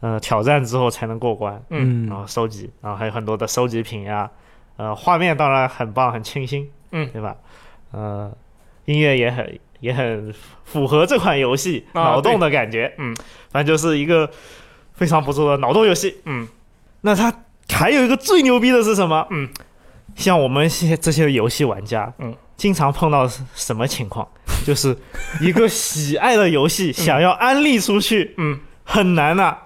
呃挑战之后才能过关，嗯然后收集，然后还有很多的收集品呀、呃，画面当然很棒，很清新，嗯对吧？呃，音乐也很也很符合这款游戏啊脑洞的感觉，嗯，反正就是一个非常不错的脑洞游戏。嗯，那它还有一个最牛逼的是什么？嗯，像我们现这些游戏玩家，嗯，经常碰到什么 *laughs* 情况？就是一个喜爱的游戏想要安利出去嗯，很难呐、啊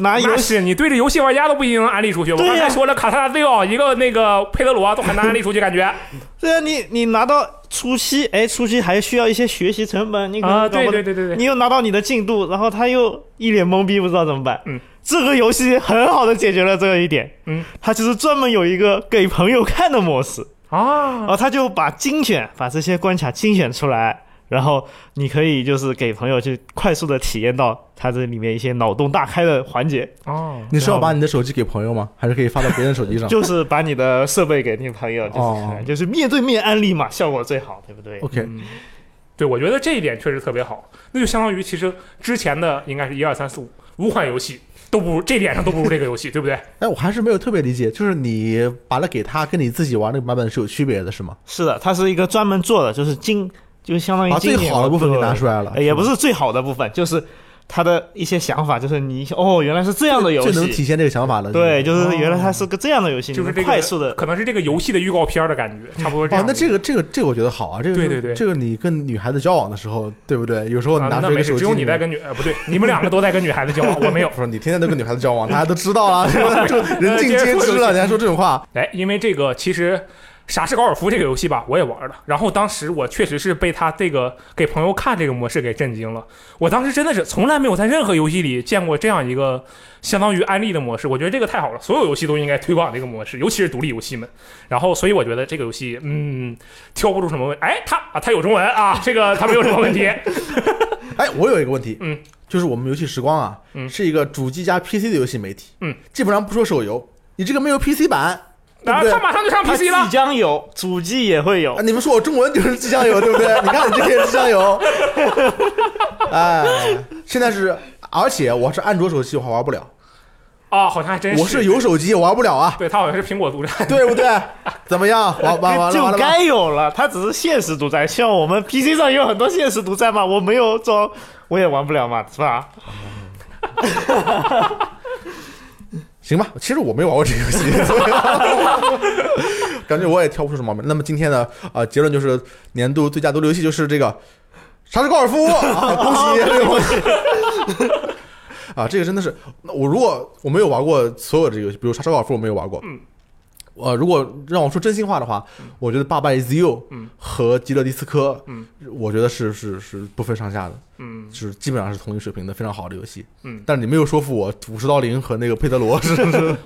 拿游那戏是你对着游戏玩家都不一定能安利出去。我对呀刚才说了，卡萨拉队奥一个那个佩德啊罗都很难安利出去，感 *laughs* 觉对啊，你你拿到初期，哎，初期还需要一些学习成本，你可能啊，搞不懂对对对对对，你又拿到你的进度，然后他又一脸懵逼，不知道怎么办。嗯，这个游戏很好的解决了这一点。嗯，它就是专门有一个给朋友看的模式，然啊，嗯后他就把精选，把这些关卡精选出来，然后你可以就是给朋友去快速的体验到它这里面一些脑洞大开的环节，哦，你是要把你的手机给朋友吗？还是可以发到别人手机上就是把你的设备给你朋友，就是、嗯哦就是面对面安利嘛，效果最好，对不对？ ？OK，嗯对，我觉得这一点确实特别好，那就相当于其实之前的应该是一二三四五五款游戏都不如这点上都不如这个游戏，对不对？哎，我还是没有特别理解，就是你把它给他，跟你自己玩那个版本是有区别的，是吗？是的，它是一个专门做的，就是精，就是相当于把经最典好的部分给做拿出来了，呃也不吗是最好的部分，就是他的一些想法，就是你哦，原来是这样的游最能戏，体现这个想法的。对，就是原来哦它是个这样的游戏，就是你能这个快速的，可能是这个游戏的预告片儿的感觉，差不多这哦样。，那这个这个这个我觉得好啊，这个对是对对这个你跟女孩子交往的时候，对不对？有时候你啊拿那出一没个事，手机，只有你在跟女，呃，不对，你们两个都在跟女孩子交往，我没有不。是你天天都跟女孩子交往，大家都知道了，是 *laughs* 吧？就人尽皆知了，你还说这种话？哎，因为这个其实《啥是高尔夫》这个游戏吧，我也玩了。然后当时我确实是被他这个给朋友看这个模式给震惊了。我当时真的是从来没有在任何游戏里见过这样一个相当于安利的模式，我觉得这个太好了，所有游戏都应该推广这个模式，尤其是独立游戏们。然后，所以我觉得这个游戏，嗯，挑不出什么问。哎，它啊，它有中文啊，这个它没有什么问题。哎，我有一个问题，嗯，就是我们游戏时光啊，嗯是一个主机加 PC 的游戏媒体，嗯，基本上不说手游，你这个没有 PC 版，对不然后对？它马上就上它 PC 即啊了。将有，主机也会有啊，，你们说我中文就是机箱油，对不对？你看你这些机箱油，哎，现在是，而且我是安卓手机，我还玩不了，啊，好像还真我是有手机我玩不了啊，对，它好像是苹果独占。对不对？怎么样？玩玩完了就完了吧？该有了。它只是现实独占，像我们 PC 上也有很多现实独占嘛，我没有装，我也玩不了嘛，是吧？行吧，其实我没玩过这个游戏， *laughs* 感觉我也挑不出什么毛病。那么今天呢，啊、结论就是年度最佳独立游戏就是这个《沙之高尔夫》 *laughs* 啊，恭喜恭喜！啊，这个真的是，那我如果我没有玩过所有的这个游戏，比如《沙之高尔夫》，我没有玩过。嗯。呃，如果让我说真心话的话，我觉得《爸爸 Is You》嗯和《极乐迪斯科》，嗯，我觉得是是是不分上下的，嗯是基本上是同一水平的，非常好的游戏。嗯，但是你没有说服我，五十刀零和那个佩德 *laughs* 罗是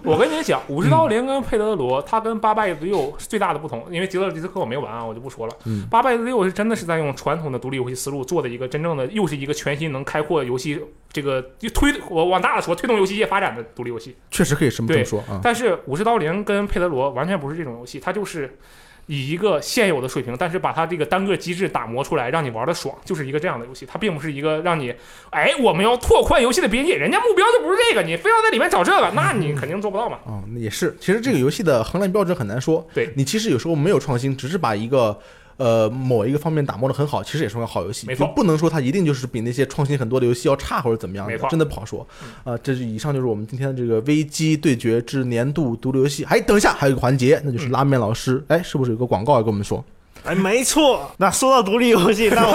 我跟你讲，武士嗯刀林跟佩德罗，它跟八拜之六最大的不同，因为极乐迪斯科我没玩啊，我就不说了。嗯八拜之六是真的是在用传统的独立游戏思路做的一个真正的，又是一个全新能开阔游戏这个就推我往大了说推动游戏业发展的独立游戏。确实可以这么这么说啊。但是武士刀林跟佩德罗完全不是这种游戏，它就是以一个现有的水平，但是把它这个单个机制打磨出来，让你玩的爽，就是一个这样的游戏。它并不是一个让你，哎，我们要拓宽游戏的边界，人家目标就不是这个，你非要在里面找这个，那你肯定做不到嘛。哦，那也是。其实这个游戏的衡量标准很难说。对你其实有时候没有创新，只是把一个呃某一个方面打磨的很好，其实也是个好游戏。没错就不能说它一定就是比那些创新很多的游戏要差或者怎么样的没错嗯真的不好说。啊、这是以上就是我们今天的这个危机对决之年度独立游戏。哎，等一下，还有一个环节，那嗯就是拉面老师，哎，是不是有个广告要跟我们说？哎，没错。那说到独立游戏， *laughs* 那我，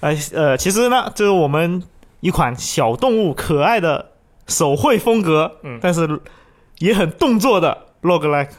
哎呃，其实呢，就是我们一款小动物可爱的手绘风格，嗯但是也很动作的 roguelike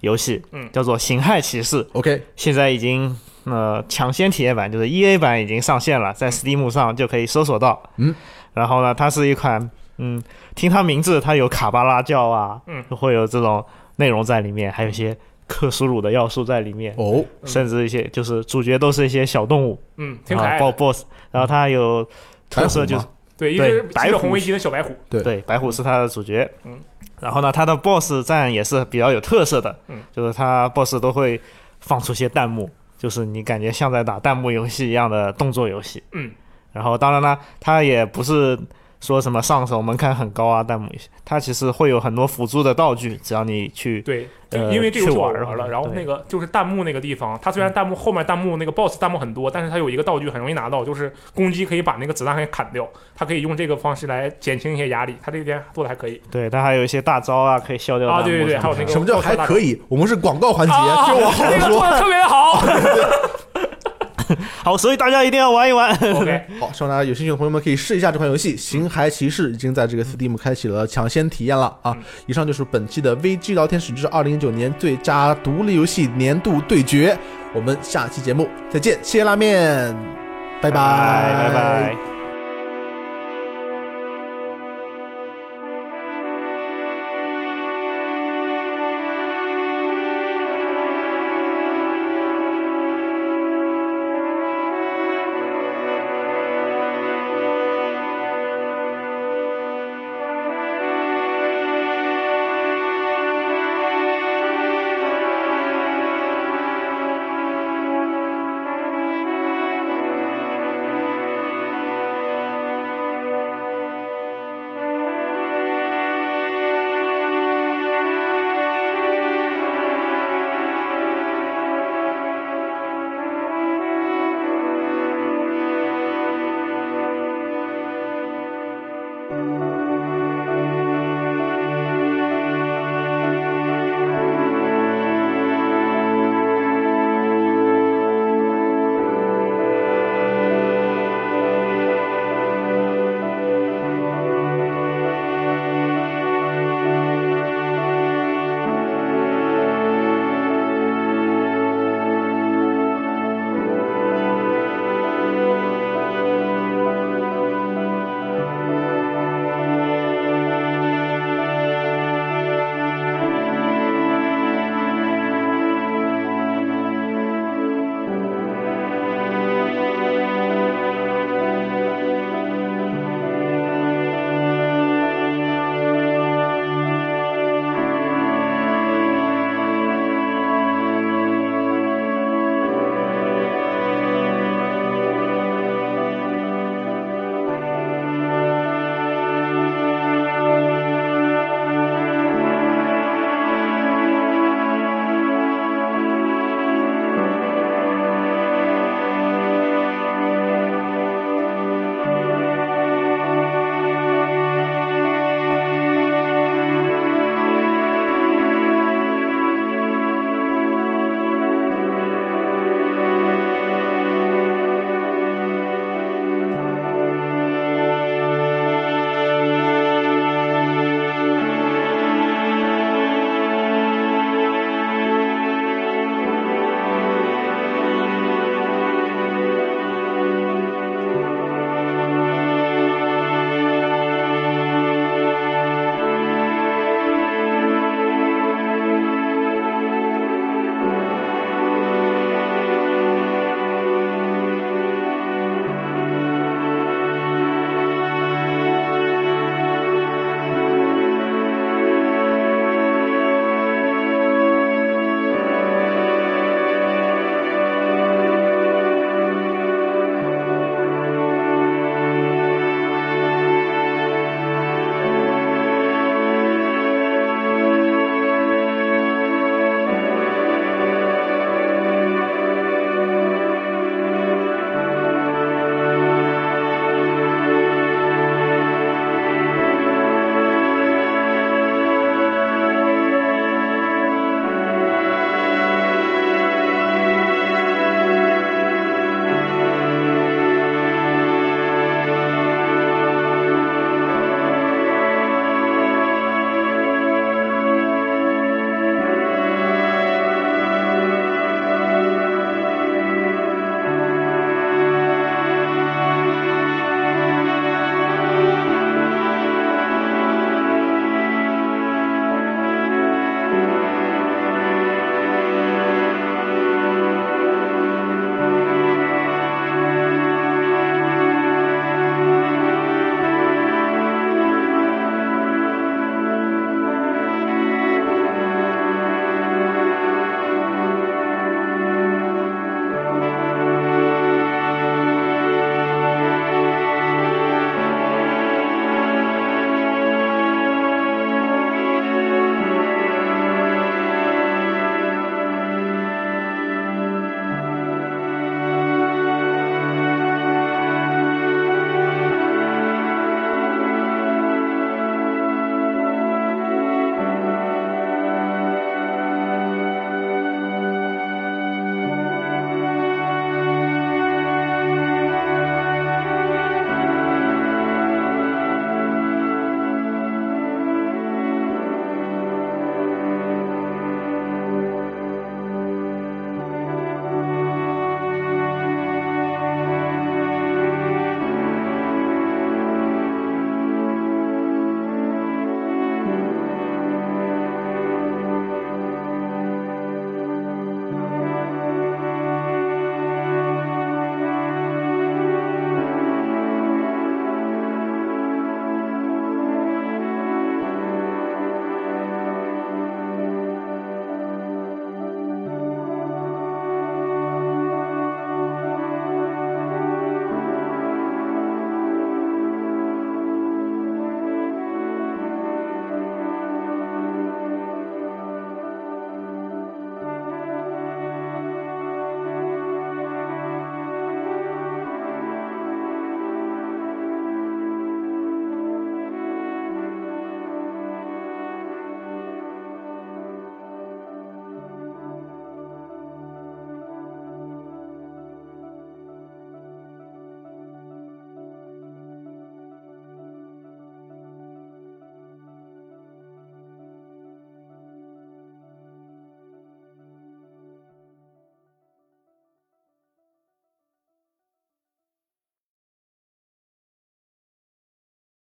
游戏，嗯叫做《形骸骑士》， OK，现在已经呃抢先体验版，就是 EA 版已经上线了，嗯在 Steam 上就可以搜索到。嗯，然后呢，它是一款嗯，听它名字，它有卡巴拉教啊，嗯，会有这种内容在里面，还有一些克苏鲁的要素在里面，哦，甚至一些就是主角都是一些小动物，嗯，挺可啊，爱包的。哎 boss，然后它有特色就是白虎对，一对只白白着红虎围巾的小白虎。对对，白虎是他的主角。嗯，然后呢，他的 BOSS 战也是比较有特色的，嗯，就是他 BOSS 都会放出些弹幕，就是你感觉像在打弹幕游戏一样的动作游戏。嗯，然后当然啦，他也不是说什么上手门槛很高啊，弹幕游戏，他其实会有很多辅助的道具，只要你去对，就呃因为这个游戏去我玩儿玩了，了然后对嗯那个就是弹幕那个地方，它虽然弹幕后面弹幕那个 BOSS 弹幕很多，但是它有一个道具很容易拿到，就是攻击可以把那个子弹给砍掉，它可以用这个方式来减轻一些压力。它这边做的还可以。对，他还有一些大招啊，可以消掉弹啊幕什对么的。对对还有那个什么叫还可以？我们是广告环节，啊，这我好这个说做。的特别 *laughs* 好。好，所以大家一定要玩一玩。 OK，好，希望大家有兴趣的朋友们可以试一下这款游戏《形骸骑士》，已经在这个 Steam 开启了抢先体验了啊嗯！以上就是本期的 VG 聊天室之二零一九年最佳独立游戏年度对决，我们下期节目再见，谢谢拉面，拜拜拜拜拜。 thank you